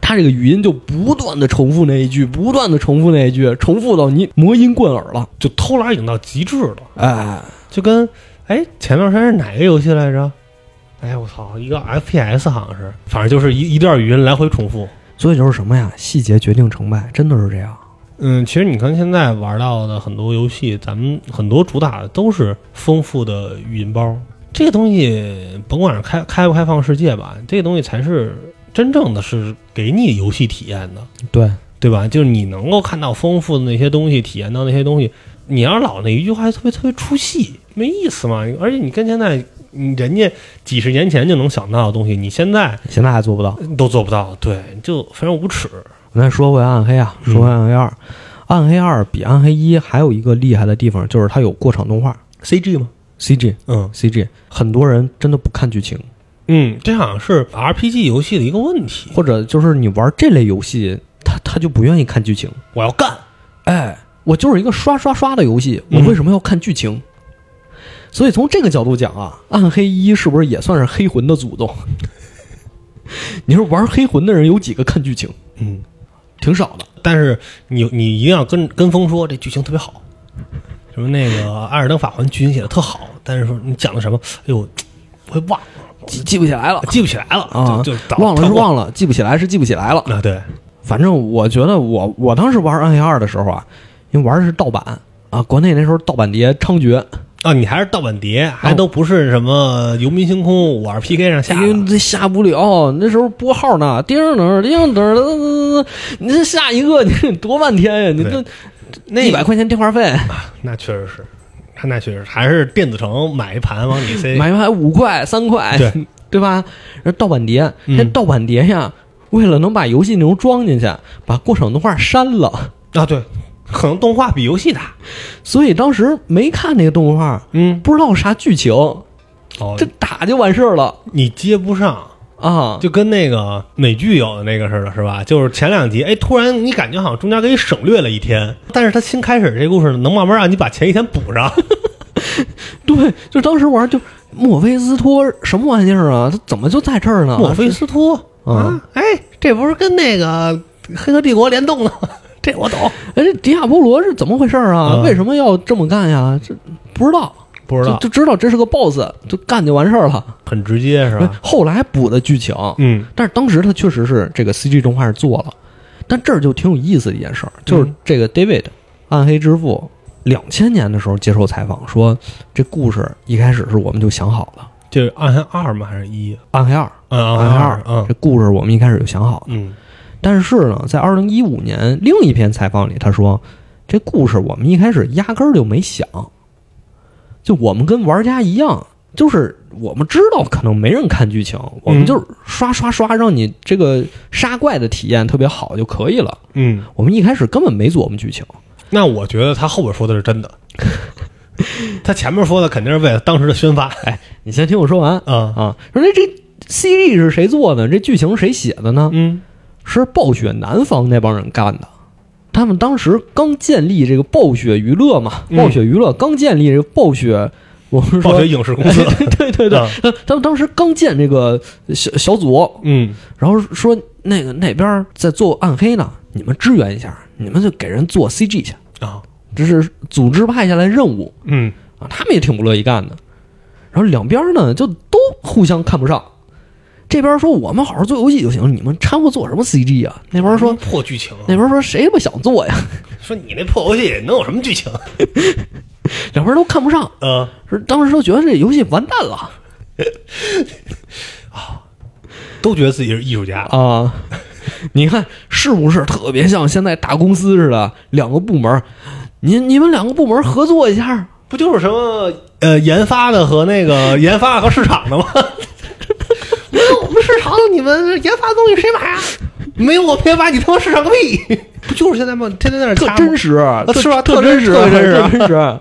S1: 它这个语音就不断的重复那一句，不断的重复那一句，重复到你魔音贯耳了。
S2: 就偷懒已经到极致了，
S1: 哎，
S2: 就跟哎前段时间是哪个游戏来着？哎我操，一个 FPS 好像是，反正就是一一段语音来回重复。
S1: 所以就是什么呀？细节决定成败，真的是这样。
S2: 嗯，其实你看现在玩到的很多游戏，咱们很多主打的都是丰富的语音包。这个东西甭管是开开不开放世界吧，这个东西才是真正的是给你游戏体验的，
S1: 对，
S2: 对吧？就是你能够看到丰富的那些东西，体验到那些东西。你要是老那一句话，特别特别出戏，没意思嘛。而且你跟现在嗯人家几十年前就能想到的东西，你现在
S1: 现在还做不到。
S2: 都做不到，对，就非常无耻。
S1: 咱说回暗黑啊，
S2: 嗯
S1: 说回暗黑二，暗黑二比暗黑一还有一个厉害的地方，就是它有过场动画
S2: CG 吗？
S1: CG
S2: 嗯
S1: CG，很多人真的不看剧情，
S2: 嗯，这好像是 RPG 游戏的一个问题。
S1: 或者就是你玩这类游戏，他他就不愿意看剧情。
S2: 我要干，
S1: 哎，我就是一个刷刷刷的游戏，我
S2: 嗯
S1: 为什么要看剧情？ 所以从这个角度讲啊，暗黑一是不是也算是黑魂的祖宗？你说玩黑魂的人有几个看剧情？
S2: 嗯，
S1: 挺少的。
S2: 但是你你一定要跟跟风说这剧情特别好，什么那个《艾尔登法环》剧情写的特好，但是说你讲的什么，哎呦，我也忘了，
S1: 记记不起来了
S2: 记不起来了
S1: 啊，
S2: 就就倒
S1: 忘了是
S2: 跳过
S1: 忘了，记不起来是记不起来了。
S2: 啊，对，
S1: 反正我觉得我我当时玩《暗黑二》的时候啊，因为玩的是盗版啊，国内那时候盗版碟猖獗，
S2: 啊，你还是盗版碟，还都不是什么游民星空五二 PK 上下
S1: 哦因为
S2: 的，
S1: 这下不了，那时候拨号呢，叮噔叮噔，你这下一个你多半天呀，你
S2: 对
S1: 这那一百块钱电话费，
S2: 那确实是，那确实是还是电子城买一盘往里塞，
S1: 买一盘五块三块，
S2: 对
S1: 吧？然后盗版碟，
S2: 嗯
S1: 那盗版碟呀，为了能把游戏内容装进去，把过场动画删了，
S2: 啊，对，可能动画比游戏大，
S1: 所以当时没看那个动画，
S2: 嗯，
S1: 不知道啥剧情，
S2: 哦
S1: 这，打就完事儿了
S2: 你接不上。
S1: 啊。
S2: 就跟那个美剧有的那个似的，是吧？就是前两集，哎，突然你感觉好像中间给你省略了一天，但是它新开始这故事能慢慢让你把前一天补上。
S1: 对，就当时玩就墨菲斯托什么玩意儿啊？他怎么就在这儿呢？
S2: 墨菲斯托
S1: 嗯
S2: 啊，哎，这不是跟那个《黑客帝国》联动的吗？这我懂，
S1: 哎，这迪亚波罗是怎么回事儿啊？
S2: 嗯
S1: 为什么要这么干呀？这不知道，
S2: 不知道
S1: 就，就知道这是个 BOSS，就干就完事儿了。哎
S2: 很直接是吧？
S1: 后来补的剧情，
S2: 嗯，
S1: 但是当时他确实是这个 CG 动画是做了，但这儿就挺有意思的一件事儿，就是
S2: 嗯
S1: 这个 David、暗黑之父两千年的时候接受采访说，这故事一开始是我们就想好了，
S2: 就是《暗黑二》吗？还是一？
S1: 暗黑二，
S2: 嗯，《
S1: 暗
S2: 暗
S1: 黑
S2: 黑
S1: 二，
S2: 嗯
S1: 这故事我们一开始就想好了。
S2: 嗯，
S1: 但是呢，在二零一五年另一篇采访里，他说这故事我们一开始压根儿就没想，就我们跟玩家一样，就是我们知道可能没人看剧情，我们就是刷刷刷，让你这个杀怪的体验特别好就可以了。
S2: 嗯，
S1: 我们一开始根本没琢磨剧情，
S2: 那我觉得他后边说的是真的，他前面说的肯定是为了当时的宣发
S1: 你先听我说完
S2: 啊，
S1: 啊。说那这 CG 是谁做的？这剧情谁写的呢？
S2: 嗯
S1: 是暴雪南方那帮人干的。他们当时刚建立这个暴雪娱乐嘛，
S2: 嗯
S1: 暴雪娱乐刚建立这个暴雪，我们
S2: 暴
S1: 说
S2: 雪 影视公司，
S1: 对对对，
S2: 啊
S1: 呃他们当时刚建这个小小组，
S2: 嗯
S1: 然后说那个那边在做暗黑呢，你们支援一下，你们就给人做 CG 去，
S2: 啊，
S1: 这是组织派下来任务
S2: 嗯
S1: 啊，他们也挺不乐意干的。然后两边呢就都互相看不上，这边说我们好好做游戏就行，你们掺和做什么 CG 啊？那边说
S2: 破剧情，
S1: 那边说谁他妈想做呀？
S2: 说你那破游戏能有什么剧情？
S1: 两边都看不上，
S2: 呃，
S1: 是当时都觉得这游戏完蛋了
S2: 都觉得自己是艺术家，
S1: 啊！你看是不是特别像现在大公司似的，两个部门，你你们两个部门合作一下，
S2: 不就是什么呃研发的和那 个研发和市场的吗？没有我们市场，你们研发的东西谁买啊？没有我们研发，你他妈市场个屁！不就是现在吗？天天在那
S1: 特
S2: 掐吗
S1: 真实，特
S2: 是吧
S1: 啊特
S2: 特真
S1: 实，
S2: 实
S1: 特
S2: 特真实
S1: 真实啊！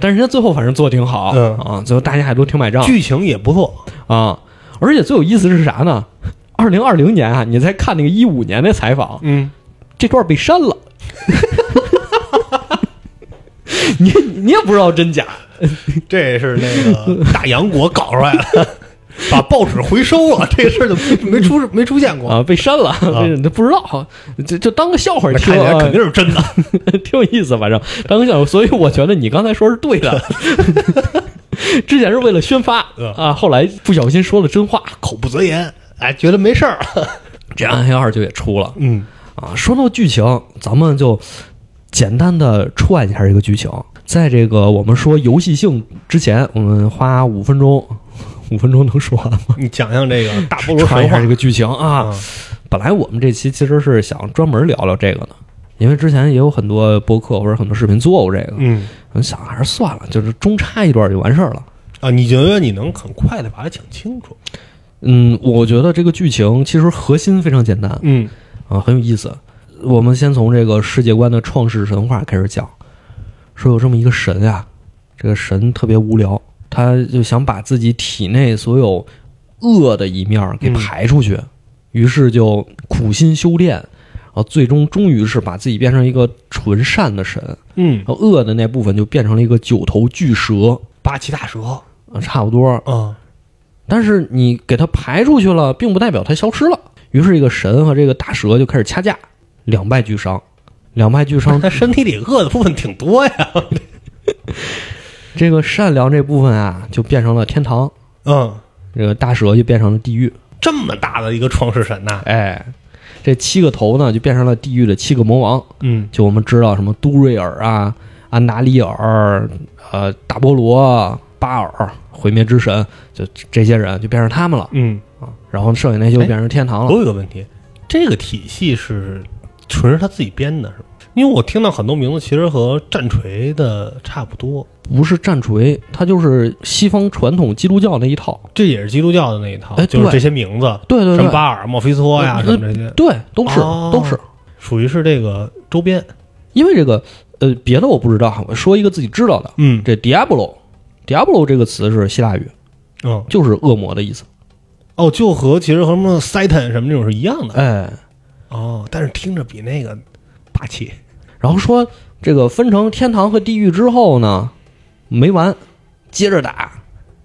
S1: 但是人家最后反正做挺好
S2: 嗯
S1: 啊，最后大家还都挺买账
S2: 剧情也不错，
S1: 啊。而且最有意思是啥呢？二零二零年啊，你再看那个一五年的采访，
S2: 嗯，
S1: 这段被删了。 你你也不知道真假，
S2: 这是那 个大洋国搞出来的，把报纸回收了，这事儿就没没出没出现过。
S1: 啊，被删了， 这不知道，就就当个笑话
S2: 那
S1: 听
S2: 看起来
S1: 啊，
S2: 肯定是真的，
S1: 挺有意思，反正当个笑话。所以我觉得你刚才说是对 的，之前是为了宣发
S2: 嗯
S1: 啊，后来不小心说了真话，
S2: 口不择言，哎，觉得没事儿。
S1: 这《暗黑二》就也出了
S2: 嗯
S1: 啊。说到剧情，咱们就简单的串一下这个剧情。在这个我们说游戏性之前，我们花五分钟，五分钟能说啊完吗？
S2: 你讲讲这个大菠萝
S1: 传一
S2: 神
S1: 下
S2: 话
S1: 这个剧情啊。
S2: 啊，
S1: 本来我们这期其实是想专门聊聊这个的，因为之前也有很多播客或者很多视频做过这个，
S2: 嗯。
S1: 我想还是算了，就是中插一段就完事儿了。
S2: 啊，你觉得你能很快的把它讲清楚？
S1: 嗯，我觉得这个剧情其实核心非常简单
S2: 嗯
S1: 啊，很有意思。我们先从这个世界观的创世神话开始讲，说有这么一个神啊，这个神特别无聊，他就想把自己体内所有恶的一面儿给排出去，于是就苦心修炼，啊，最终终于是把自己变成一个纯善的神，
S2: 嗯
S1: 然，后恶的那部分就变成了一个九头巨蛇，
S2: 八岐大蛇
S1: 啊，差不多。
S2: 啊，
S1: 但是你给它排出去了，并不代表它消失了。于是这个神和这个大蛇就开始掐架，两败俱伤，两败俱伤
S2: 他身体里恶的部分挺多呀。
S1: 这个善良这部分啊，就变成了天堂；
S2: 嗯，
S1: 这个大蛇就变成了地狱。
S2: 这么大的一个创世神呐。
S1: 哎，这七个头呢，就变成了地狱的七个魔王。
S2: 嗯
S1: 就我们知道什么都瑞尔啊、安达里尔、呃大波罗、巴尔、毁灭之神，就这些人就变成他们了
S2: 嗯，
S1: 啊。然后剩下那些就
S2: 哎
S1: 变成天堂
S2: 我
S1: 了。
S2: 有一个问题，这个体系是纯是他自己编的，是吗？因为我听到很多名字其实和战锤的差不多，
S1: 不是战锤，它就是西方传统基督教那一套。
S2: 这也是基督教的那一套，
S1: 哎
S2: 就是
S1: 对
S2: 这些名字，
S1: 对对
S2: 什么
S1: 对，
S2: 巴尔、莫菲斯托呀，
S1: 呃
S2: 什么这些，
S1: 对，都是、
S2: 哦
S1: 都是，
S2: 属于是这个周边。
S1: 因为这个呃别的我不知道，我说一个自己知道的，
S2: 嗯
S1: 这 Diablo，Diablo 这个词是希腊语，
S2: 嗯，
S1: 就是恶魔的意思。
S2: 哦，就和其实和什么 Satan 什么这种是一样的。
S1: 哎，
S2: 哦，但是听着比那个霸气。
S1: 然后说这个分成天堂和地狱之后呢，没完，接着打，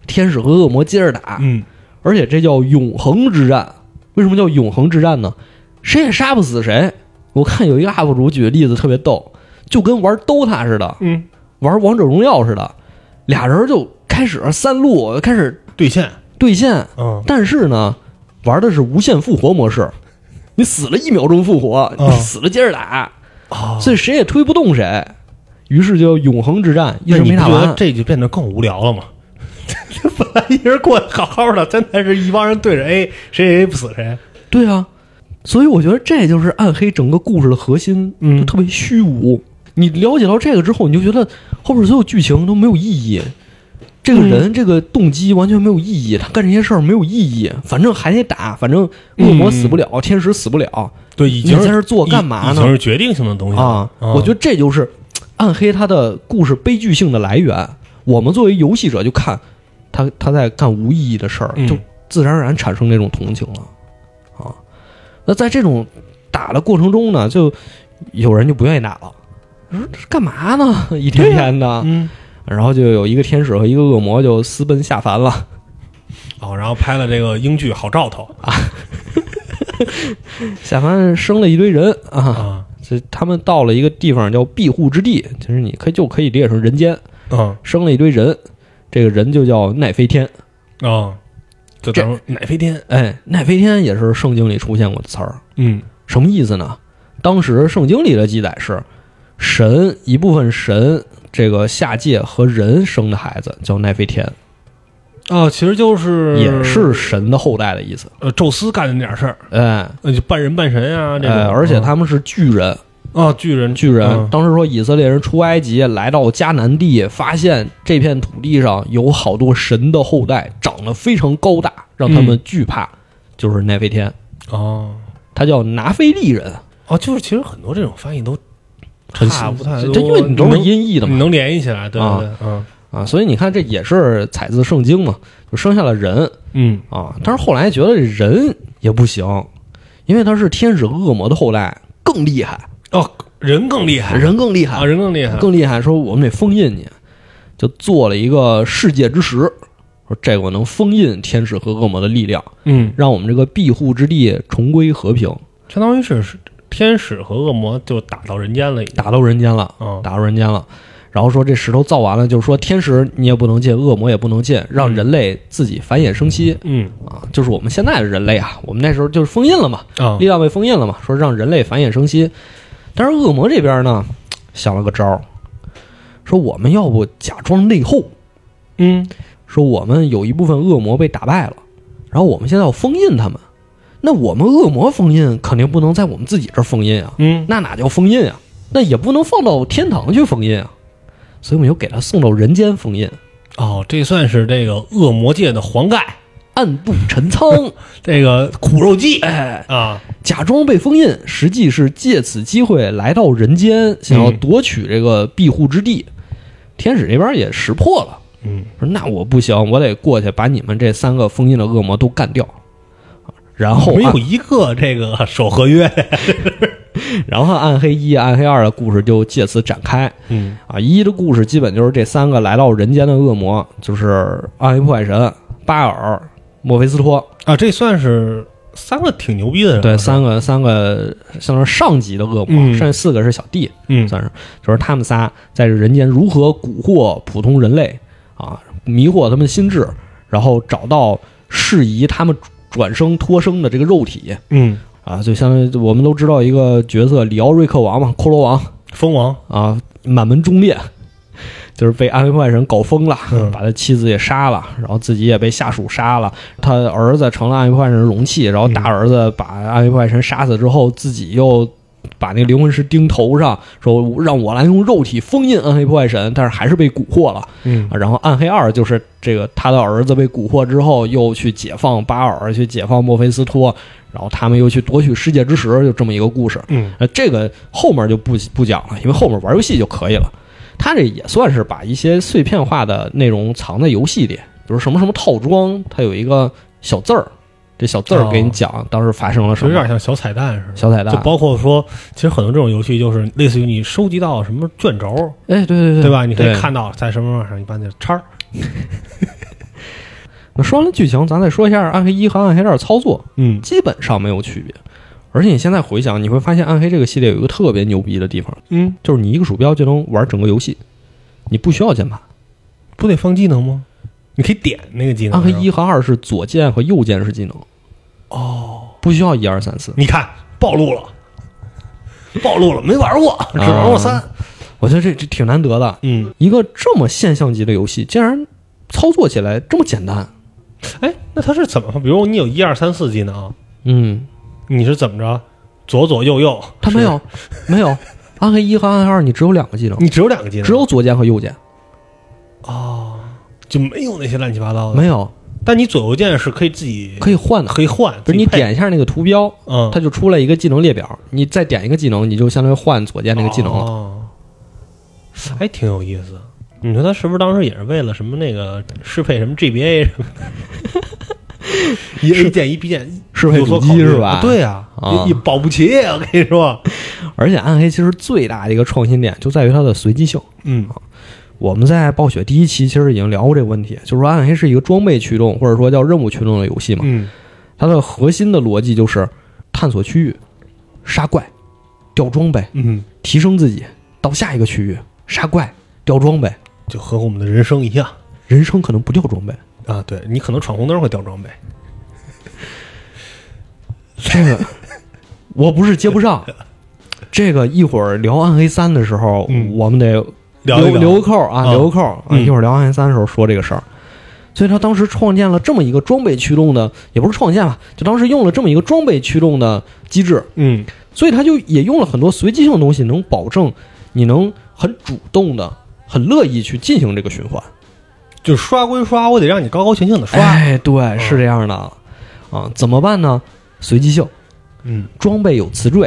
S1: 天使和恶魔接着打，
S2: 嗯，
S1: 而且这叫永恒之战。为什么叫永恒之战呢？谁也杀不死谁。我看有一个 UP 主举的例子特别逗，就跟玩 DOTA 似的，
S2: 嗯，
S1: 玩王者荣耀似的，俩人就开始三路开始
S2: 对线。
S1: 对线，
S2: 嗯，
S1: 但是呢，玩的是无限复活模式，你死了一秒钟复活，你
S2: 嗯
S1: 死了接着打。
S2: 哦，
S1: 所以谁也推不动谁，于是就永恒之战一
S2: 那
S1: 直
S2: 你
S1: 没
S2: 不
S1: 打
S2: 觉得
S1: 完。
S2: 这就变得更无聊了吗？ 本来一人过得好好的，现在是一帮人对着 A，谁也 A 不死谁。
S1: 对啊，所以我觉得这就是暗黑整个故事的核心，
S2: 嗯
S1: 就特别虚无。你了解到这个之后，你就觉得后边所有剧情都没有意义，这个人、这个动机完全没有意义，他干这些事儿没有意义，反正还得打，反正恶魔死不了，天使死不了，
S2: 对，已
S1: 你在这儿做干嘛
S2: 已
S1: 呢
S2: 经？是决定性的东西了
S1: 啊，
S2: 嗯
S1: 我觉得这就是嘖暗黑它的故事悲剧性的来源。我们作为游戏者就看他他在干无意义的事儿，
S2: 嗯
S1: 就自然而然产生那种同情了啊。那在这种打的过程中呢，就有人就不愿意打了，说这干嘛呢？ 一天天的，
S2: 嗯，
S1: 然后就有一个天使和一个恶魔就私奔下凡了。
S2: 哦，然后拍了这个英剧《好兆头
S1: 下凡生了一堆人》啊，
S2: 啊，
S1: 这他们到了一个地方叫庇护之地，其实你可以就可以理解成人间。
S2: 嗯
S1: 生了一堆人，这个人就叫奈飞天。
S2: 啊，就等于奶飞天，
S1: 哎，奈飞天也是圣经里出现过的词儿，
S2: 嗯
S1: 什么意思呢？当时圣经里的记载是，神一部分神这个下界和人生的孩子叫奈飞天，
S2: 啊，其实就是
S1: 也是神的后代的意思。
S2: 呃宙斯干的那点事儿，
S1: 哎，
S2: 呃就半人半神啊这种
S1: 哎，，而且他们是巨人，
S2: 啊巨人
S1: 巨人。
S2: 嗯
S1: 当时说以色列人出埃及，来到迦南地，发现这片土地上有好多神的后代，长得非常高大，让他
S2: 嗯
S1: 们惧怕，就是奈飞天。
S2: 哦
S1: 他叫拿非利人，
S2: 哦，就是其实很多这种翻译都
S1: 很
S2: 差不太多，
S1: 这因为你都是
S2: 能嗯
S1: 音译的
S2: 你
S1: 嘛
S2: 能联系起来，对
S1: 啊
S2: 对对，嗯
S1: 啊，所以你看这也是采自圣经嘛，就生下了人
S2: 嗯
S1: 啊，但是后来觉得这人也不行，因为他是天使和恶魔的后代，更厉害，
S2: 哦，人更厉害，
S1: 人更厉
S2: 啊
S1: 害，
S2: 人更厉害，
S1: 更厉害，说我们得封印你，就做了一个世界之石，说这个我能封印天使和恶魔的力量，
S2: 嗯，
S1: 让我们这个庇护之地重归和平，
S2: 相当于是是天使和恶魔就打到人间了，已经
S1: 打到人间了。
S2: 啊
S1: 打入人间了。然后说这石头造完了，就是说天使你也不能进，恶魔也不能进，让人类自己繁衍生息
S2: 嗯
S1: 啊，就是我们现在的人类啊，我们那时候就是封印了嘛，
S2: 啊
S1: 力量被封印了嘛，说让人类繁衍生息。但是恶魔这边呢，想了个招儿，说我们要不假装内讧，
S2: 嗯
S1: 说我们有一部分恶魔被打败了，然后我们现在要封印他们，那我们恶魔封印肯定不能在我们自己这儿封印啊，
S2: 嗯
S1: 那哪叫封印啊？那也不能放到天堂去封印啊。所以我们就给他送到人间封印，
S2: 哦，这算是这个恶魔界的黄盖，
S1: 暗度陈仓，
S2: 这个苦肉计
S1: 哎，
S2: 啊，
S1: 假装被封印，实际是借此机会来到人间，想要夺取这个庇护之地。天使这边也识破了，
S2: 嗯
S1: 说那我不行，我得过去把你们这三个封印的恶魔都干掉，然后啊
S2: 没
S1: 暗
S2: 有一个这个守合约，
S1: 然后暗黑一、暗黑二的故事就借此展开。
S2: 嗯
S1: 啊，一的故事基本就是这三个来到人间的恶魔，就是暗黑破坏神巴尔、墨菲斯托，
S2: 啊，这算是三个挺牛逼的人了，
S1: 对，
S2: 是吧
S1: 三个三个相当于上级的恶魔，
S2: 嗯
S1: 剩下四个是小弟，
S2: 嗯
S1: 算是就是他们仨在这人间如何蛊惑普通人类啊，迷惑他们的心智，然后找到适宜他们转生脱生的这个肉体
S2: 嗯，
S1: 啊，就相当于我们都知道一个角色里奥瑞克王嘛，骷髅王
S2: 蜂王
S1: 啊，满门忠烈。就是被安徽外人搞疯了，
S2: 嗯
S1: 把他妻子也杀了，然后自己也被下属杀了。他儿子成了安徽外人容器，然后大儿子把安徽外人杀死之后，自己又把那个灵魂师钉头上，说让我来用肉体封印暗黑破坏神，但是还是被蛊惑了。
S2: 嗯
S1: 啊然后暗黑二就是这个他的儿子被蛊惑之后，又去解放巴尔，去解放墨菲斯托，然后他们又去夺取世界之石，就这么一个故事。
S2: 嗯
S1: 呃，这个后面就不不讲了，因为后面玩游戏就可以了。它这也算是把一些碎片化的内容藏在游戏里，比如什么什么套装，它有一个小字儿，这小字儿给你讲当时发生了
S2: 其
S1: 什
S2: 哦实有
S1: 么，
S2: 点像小彩蛋似的。
S1: 小彩蛋
S2: 就。包括说，其实很多这种游戏就是类似于你收集到什么卷轴，
S1: 哎，对对对，
S2: 对吧？你可以
S1: 对
S2: 看到在什么上一般的叉儿。
S1: 那说完了剧情，咱再说一下《暗黑一》和《暗黑二》操作，
S2: 嗯
S1: 基本上没有区别。而且你现在回想，你会发现《暗黑》这个系列有一个特别牛逼的地方，
S2: 嗯，
S1: 就是你一个鼠标就能玩整个游戏，你不需要键盘。
S2: 不得放技能吗？你可以点那个技
S1: 《
S2: 能。
S1: 暗黑
S2: 是吧
S1: 啊一》和二是左键和右键是技能，哦，不需要一二三四。
S2: 你看暴露了，暴露了，没玩过，只玩
S1: 啊
S2: 过三。
S1: 我觉得这这挺难得的，
S2: 嗯，
S1: 一个这么现象级的游戏，竟然操作起来这么简单。
S2: 哎，那它是怎么？比如你有一二三四技能，
S1: 嗯，
S2: 你是怎么着？左左右右？
S1: 它没有，没有，《暗黑一》和《暗黑二》你只有两个技能
S2: 是，，你只有两个技能，
S1: 只有左键和右键，
S2: 就没有那些乱七八糟的。
S1: 没有
S2: 但你左右键是可以自己
S1: 可以换的。
S2: 可以换，
S1: 不是
S2: 自己
S1: 你
S2: 配
S1: 点一下那个图标，
S2: 嗯
S1: 它就出来一个技能列表，你再点一个技能，你就相当于换左键那个技能了。
S2: 哦，还挺有意思。你说他是不是当时也是为了什么那个适配什么 GBA 什么 的？一 A 键一 B 键
S1: 适配
S2: 有所
S1: 主
S2: 考
S1: 机
S2: 虑
S1: 是吧？
S2: 啊对啊，
S1: 啊
S2: 也也保不齐，我跟你说。
S1: 而且暗黑其实最大的一个创新点就在于它的随机性。
S2: 嗯
S1: 我们在暴雪第一期其实已经聊过这个问题，就是说暗黑是一个装备驱动或者说叫任务驱动的游戏嘛，
S2: 嗯
S1: 它的核心的逻辑就是探索区域、杀怪、掉装备、
S2: 嗯，
S1: 提升自己，到下一个区域杀怪、掉装备。
S2: 就和我们的人生一样
S1: 人生可能不掉装备，
S2: 啊。对你可能闯红灯会掉装备，
S1: 这个我不是接不上。这个一会儿聊暗黑三的时候，
S2: 嗯
S1: 我们得
S2: 聊一
S1: 留
S2: 聊
S1: 留个扣儿啊，
S2: 啊
S1: 留个扣儿啊，
S2: 嗯
S1: 一会儿聊暗黑三的时候说这个事儿。所以他当时创建了这么一个装备驱动的，也不是创建吧，就当时用了这么一个装备驱动的机制，
S2: 嗯
S1: 所以他就也用了很多随机性的东西，能保证你能很主动的、很乐意去进行这个循环。
S2: 就刷归刷，我得让你高高兴兴的刷。
S1: 哎，对，是这样的啊，怎么办呢？随机性，
S2: 嗯，
S1: 装备有词缀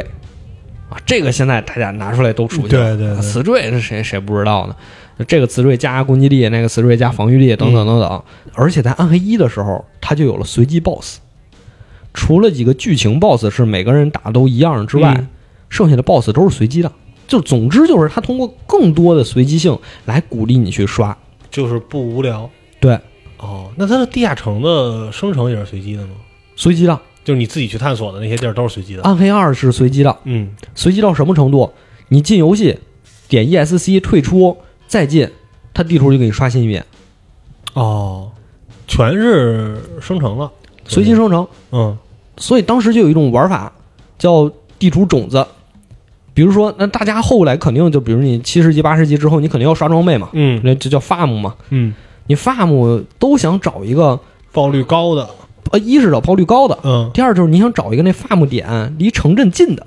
S1: 啊，这个现在大家拿出来都熟悉。啊
S2: 对对对
S1: 词缀是谁谁不知道呢？这个词缀加攻击力，那个词缀加防御力，等等等等。
S2: 嗯
S1: 而且在暗黑一的时候，它就有了随机 BOSS，除了几个剧情 BOSS 是每个人打都一样之外，
S2: 嗯
S1: 剩下的 BOSS 都是随机的。就总之就是它通过更多的随机性来鼓励你去刷。
S2: 就是不无聊。
S1: 对，
S2: 哦，那它的地下城的生成也是随机的吗？
S1: 随机的。
S2: 就是你自己去探索的那些地儿都是随机的。
S1: 暗黑二是随机的，
S2: 嗯
S1: 随机到什么程度？你进游戏，点 ESC 退出，再进，它地图就给你刷新一遍，
S2: 哦，全是生成了，
S1: 随机生成。
S2: 嗯
S1: 所以当时就有一种玩法叫地图种子。比如说，那大家后来肯定就，比如你七十级、八十级之后，你肯定要刷装备嘛，
S2: 嗯
S1: 那这叫 farm 嘛。
S2: 嗯，
S1: 你 farm 都想找一个，
S2: 爆率高的，
S1: 呃，一是找爆率高的，
S2: 嗯
S1: 第二就是你想找一个那 farm 点离城镇近的，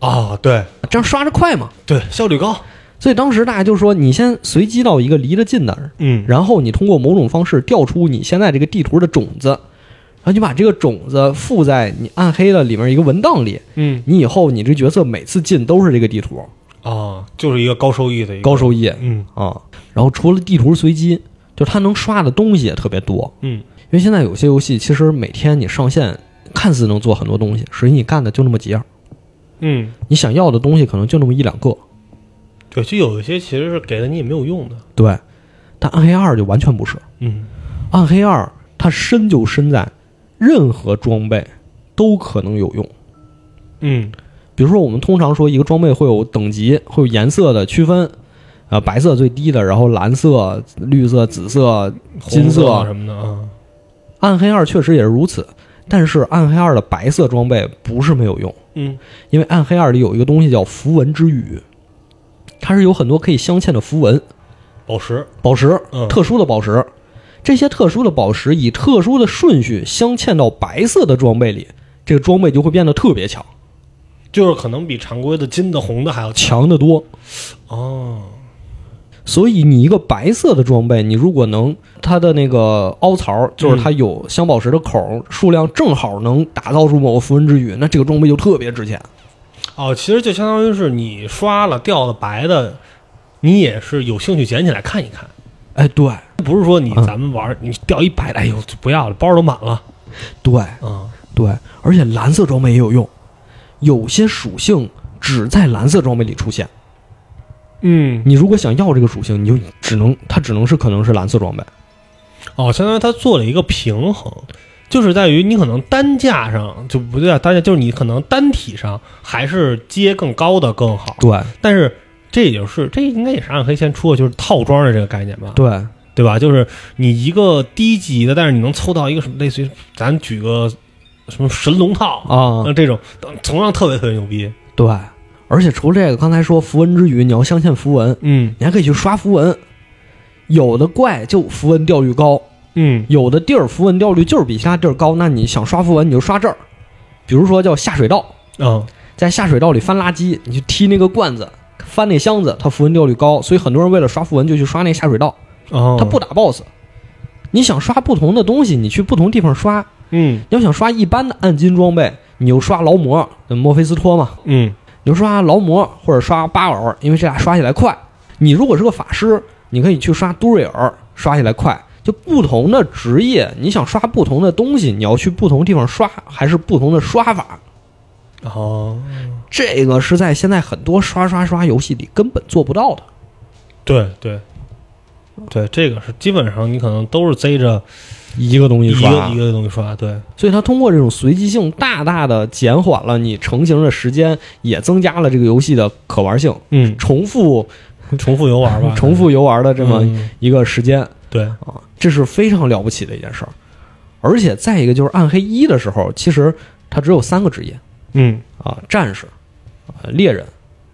S2: 啊，对
S1: 这样刷着快嘛。
S2: 对，效率高，
S1: 所以当时大家就说，你先随机到一个离得近的，
S2: 嗯
S1: 然后你通过某种方式调出你现在这个地图的种子，然后你把这个种子附在你暗黑的里面一个文档里，
S2: 嗯
S1: 你以后你这角色每次进都是这个地图，
S2: 啊，就是一个高收益的一个
S1: 高，收益
S2: 嗯
S1: 啊。然后除了地图随机，就它能刷的东西也特别多，
S2: 嗯
S1: 因为现在有些游戏其实每天你上线看似能做很多东西，实际你干的就那么几样，
S2: 嗯，
S1: 你想要的东西可能就那么一两个。
S2: 对，就有一些其实是给了你也没有用的，
S1: 对，但暗黑二就完全不是，
S2: 嗯
S1: 暗黑二它它深就深在任何装备都可能有用。
S2: 嗯
S1: 比如说，我们通常说一个装备会有等级，会有颜色的区分，啊，白色最低的，然后蓝色、绿色、紫色、金
S2: 红
S1: 色
S2: 什么的啊，
S1: 暗黑二确实也是如此。但是暗黑二的白色装备不是没有用，
S2: 嗯
S1: 因为暗黑二里有一个东西叫符文之雨，它是有很多可以镶嵌的符文、
S2: 宝石，
S1: 宝石、
S2: 嗯
S1: 特殊的宝石。这些特殊的宝石以特殊的顺序镶嵌到白色的装备里，这个装备就会变得特别强，
S2: 就是可能比常规的金的、红的还要强
S1: 强得多。
S2: 哦。
S1: 所以你一个白色的装备，你如果能它的那个凹槽，就是它有镶宝石的孔儿，数量正好能打造出某个符文之雨，那这个装备就特别值钱。
S2: 哦，其实就相当于是你刷了掉了白的，你也是有兴趣捡起来看一看，
S1: 哎，对
S2: 不是说你
S1: 嗯
S2: 咱们玩儿你掉一白的，哎呦不要了，包都满了
S1: 对
S2: 啊。
S1: 对，而且蓝色装备也有用，有些属性只在蓝色装备里出现。
S2: 嗯，
S1: 你如果想要这个属性，你就只能它只能是可能是蓝色装备。
S2: 哦，相当于它做了一个平衡，就是在于你可能单价上就不对啊，单价就是你可能单体上还是接更高的更好，
S1: 对
S2: 但是这也就是这应该也是暗黑先出的，就是套装的这个概念吧，
S1: 对，
S2: 对吧？就是你一个低级的，但是你能凑到一个什么类似于咱举个什么神龙套
S1: 啊
S2: 那这种同样特别特别牛逼，
S1: 对，而且除了这个，刚才说符文之雨，你要镶嵌符文，
S2: 嗯
S1: 你还可以去刷符文。有的怪就符文掉率高，
S2: 嗯
S1: 有的地儿符文掉率就是比其他地儿高，那你想刷符文你就刷这儿，比如说叫下水道，
S2: 啊
S1: 在下水道里翻垃圾，你去踢那个罐子，翻那箱子，它符文掉率高，所以很多人为了刷符文就去刷那下水道，
S2: 哦，
S1: 它不打 BOSS。你想刷不同的东西，你去不同地方刷。
S2: 嗯
S1: 你要想刷一般的暗金装备，你就刷劳模，呃墨菲斯托嘛，
S2: 嗯
S1: 你就刷劳模或者刷巴尔，因为这俩刷起来快。你如果是个法师，你可以去刷都瑞尔，刷起来快。就不同的职业，你想刷不同的东西，你要去不同地方刷，还是不同的刷法。
S2: 哦，
S1: 这个是在现在很多刷刷刷游戏里根本做不到的。
S2: 对对。对，这个是基本上你可能都是贼着
S1: 一个东
S2: 一个一个东西刷，对，
S1: 所以它通过这种随机性，大大的减缓了你成型的时间，也增加了这个游戏的可玩性。
S2: 嗯，
S1: 重复
S2: 重复游玩吧，
S1: 重复游玩的这么
S2: 嗯
S1: 一个时间，
S2: 对，
S1: 啊，这是非常了不起的一件事儿。而且再一个就是暗黑一的时候，其实它只有三个职业
S2: 嗯，
S1: 啊：战士、呃猎人、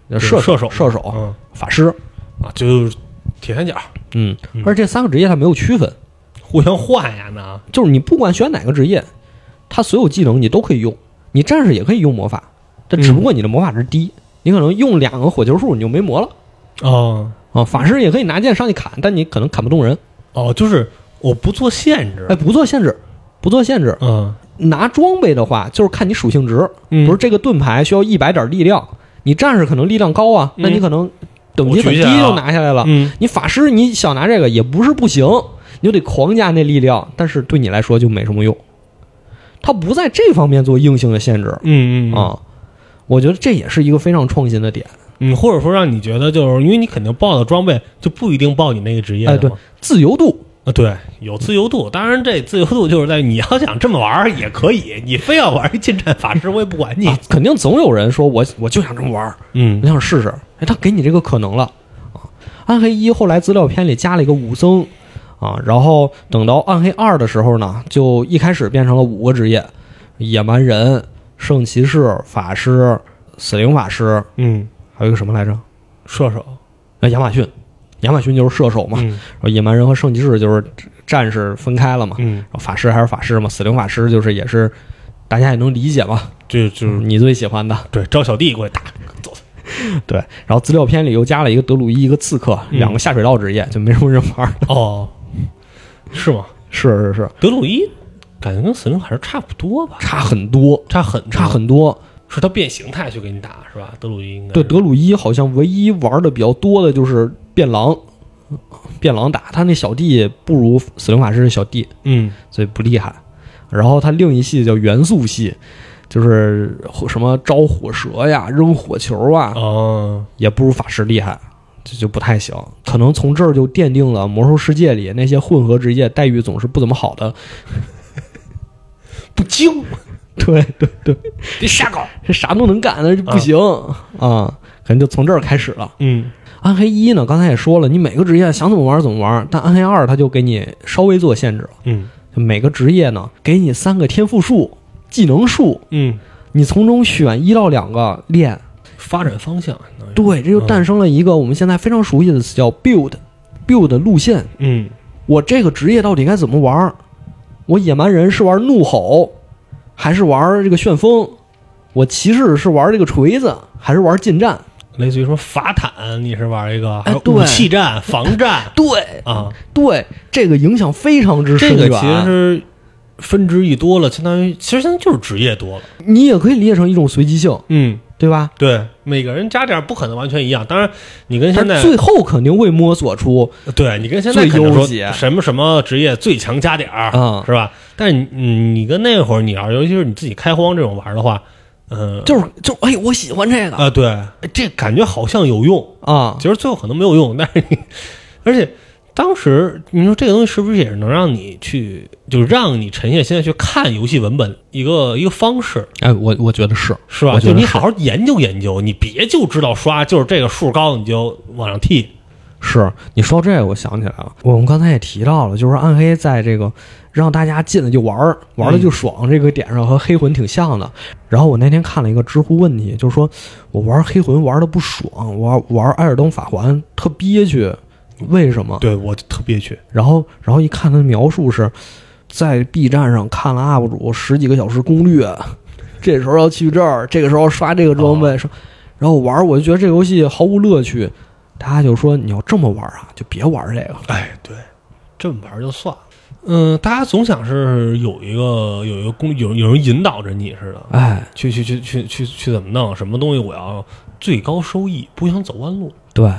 S1: 呃
S2: 对
S1: 射
S2: 射
S1: 手、
S2: 手
S1: 射手、
S2: 嗯
S1: 法师。
S2: 啊，就是铁三角
S1: 嗯
S2: 嗯，
S1: 而这三个职业它没有区分，
S2: 互相换呀呢，
S1: 就是你不管选哪个职业，它所有技能你都可以用。你战士也可以用魔法，但
S2: 嗯
S1: 只不过你的魔法值低，你可能用两个火球术你就没魔了
S2: 哦
S1: 啊。法师也可以拿剑上去砍，但你可能砍不动人。
S2: 哦，就是我不做限制
S1: 哎，，不做限制，不做限制。
S2: 嗯
S1: 拿装备的话，就是看你属性值，
S2: 嗯
S1: 比如这个盾牌需要一百点力量，你战士可能力量高啊，
S2: 嗯
S1: 那你可能等级
S2: 我
S1: 很
S2: 举
S1: 低
S2: 起来了
S1: 就拿下来了。
S2: 嗯，
S1: 你法师你想拿这个也不是不行，你就得狂加那力量，但是对你来说就没什么用。它不在这方面做硬性的限制
S2: 嗯嗯，
S1: 啊，我觉得这也是一个非常创新的点。
S2: 嗯，或者说让你觉得就是因为你肯定报的装备就不一定报你那个职业的
S1: 哎，
S2: 嘛
S1: 对，自由度，
S2: 啊对，有自由度，当然这自由度就是在于你要想这么玩儿也可以，你非要玩一近战法师我也不管你
S1: 啊，肯定总有人说我我就想这么玩儿，
S2: 嗯
S1: 我想试试。哎，他给你这个可能了啊。暗黑一后来资料片里加了一个武僧啊，然后等到暗黑二的时候呢，就一开始变成了五个职业：野蛮人、圣骑士、法师、死灵法师，
S2: 嗯，
S1: 还有一个什么来着？
S2: 射手
S1: 啊，亚马逊。亚马逊就是射手嘛，
S2: 嗯
S1: 然后野蛮人和圣骑士就是战士分开了嘛，
S2: 嗯，
S1: 然后法师还是法师嘛，死灵法师就是也是大家也能理解嘛，嗯
S2: 就就是
S1: 你最喜欢的。
S2: 对招小弟过去打，
S1: 对，然后资料片里又加了一个德鲁伊，一个刺客，
S2: 嗯
S1: 两个下水道职业，就没什么人玩儿。
S2: 哦，是吗？
S1: 是是是，
S2: 德鲁伊感觉跟死灵还是差不多吧，
S1: 差很多，
S2: 差很
S1: 差，很多。
S2: 是他变形态去给你打是吧？德鲁伊应该
S1: 嗯对，
S2: 是
S1: 德鲁伊好像唯一玩的比较多的就是变狼，变狼打他那小弟不如死灵法师的小弟，
S2: 嗯
S1: 所以不厉害。然后他另一系叫元素系，就是火什么招火蛇呀、扔火球啊，
S2: 哦
S1: 也不如法师厉害。就就不太行。可能从这儿就奠定了魔兽世界里那些混合职业待遇总是不怎么好的。
S2: 不精，
S1: 对对对，
S2: 得瞎搞。
S1: 这啥都能干，那就不行啊。可能就从这儿开始了。
S2: 嗯
S1: 暗黑一呢，刚才也说了，你每个职业想怎么玩怎么玩，但暗黑二它就给你稍微做限制了，
S2: 嗯
S1: 就每个职业呢给你三个天赋树、技能树，
S2: 嗯，
S1: 你从中选一到两个练。
S2: 发展方向相当于
S1: 对，这就诞生了一个我们现在非常熟悉的词叫 build build 路线。
S2: 嗯
S1: 我这个职业到底该怎么玩儿？我野蛮人是玩怒吼，还是玩这个旋风？我骑士是玩这个锤子，还是玩近战？
S2: 类似于什么法坦，你是玩一个，还有
S1: 哎对
S2: 武器战、防战
S1: 对
S2: 啊，
S1: 对，这个影响非常之深
S2: 这
S1: 远。
S2: 个其实是分支一多了，相当于其实相当于就是职业多了。
S1: 你也可以理解成一种随机性，
S2: 嗯，
S1: 对吧？
S2: 对，每个人加点儿不可能完全一样。当然，你跟现
S1: 但
S2: 在嗯
S1: 最后肯定会摸索出
S2: 对你跟现在
S1: 最
S2: 肯定
S1: 优解
S2: 说什么什么职业最强加点儿、
S1: 嗯
S2: 是吧？但是你你跟那会儿你要尤其是你自己开荒这种玩儿的话，嗯、
S1: 就是就是，哎，我喜欢这个
S2: 啊，对，这感觉好像有用，
S1: 啊，
S2: 其实最后可能没有用，但是你，而且当时你说这个东西是不是也是能让你去，就是让你沉下心来去看游戏文本一个一个方式，
S1: 哎，我我觉得是，
S2: 是吧？
S1: 我觉得
S2: 就是你好好研究研究，你别就知道刷，就是这个数高你就往上踢，
S1: 是你说这个，我想起来了，我们刚才也提到了，就是暗黑在这个让大家进来就玩儿，玩了就爽、这个点上和黑魂挺像的。然后我那天看了一个知乎问题，就是说我玩黑魂玩的不爽，玩玩艾尔登法环特憋屈，为什么？
S2: 对我就特憋屈，
S1: 然后然后一看他的描述是，在 B 站上看了 UP 主十几个小时攻略，这时候要去这儿，这个时候刷这个装
S2: 哦
S1: 备，说，然后玩儿我就觉得这游戏毫无乐趣。大家就说你要这么玩儿啊，就别玩儿这个。
S2: 哎，对，这么玩儿就算了。嗯，大家总想是有一个有一个公有有人引导着你似的，
S1: 哎，
S2: 去去去去去去怎么弄，什么东西我要最高收益，不想走弯路。
S1: 对，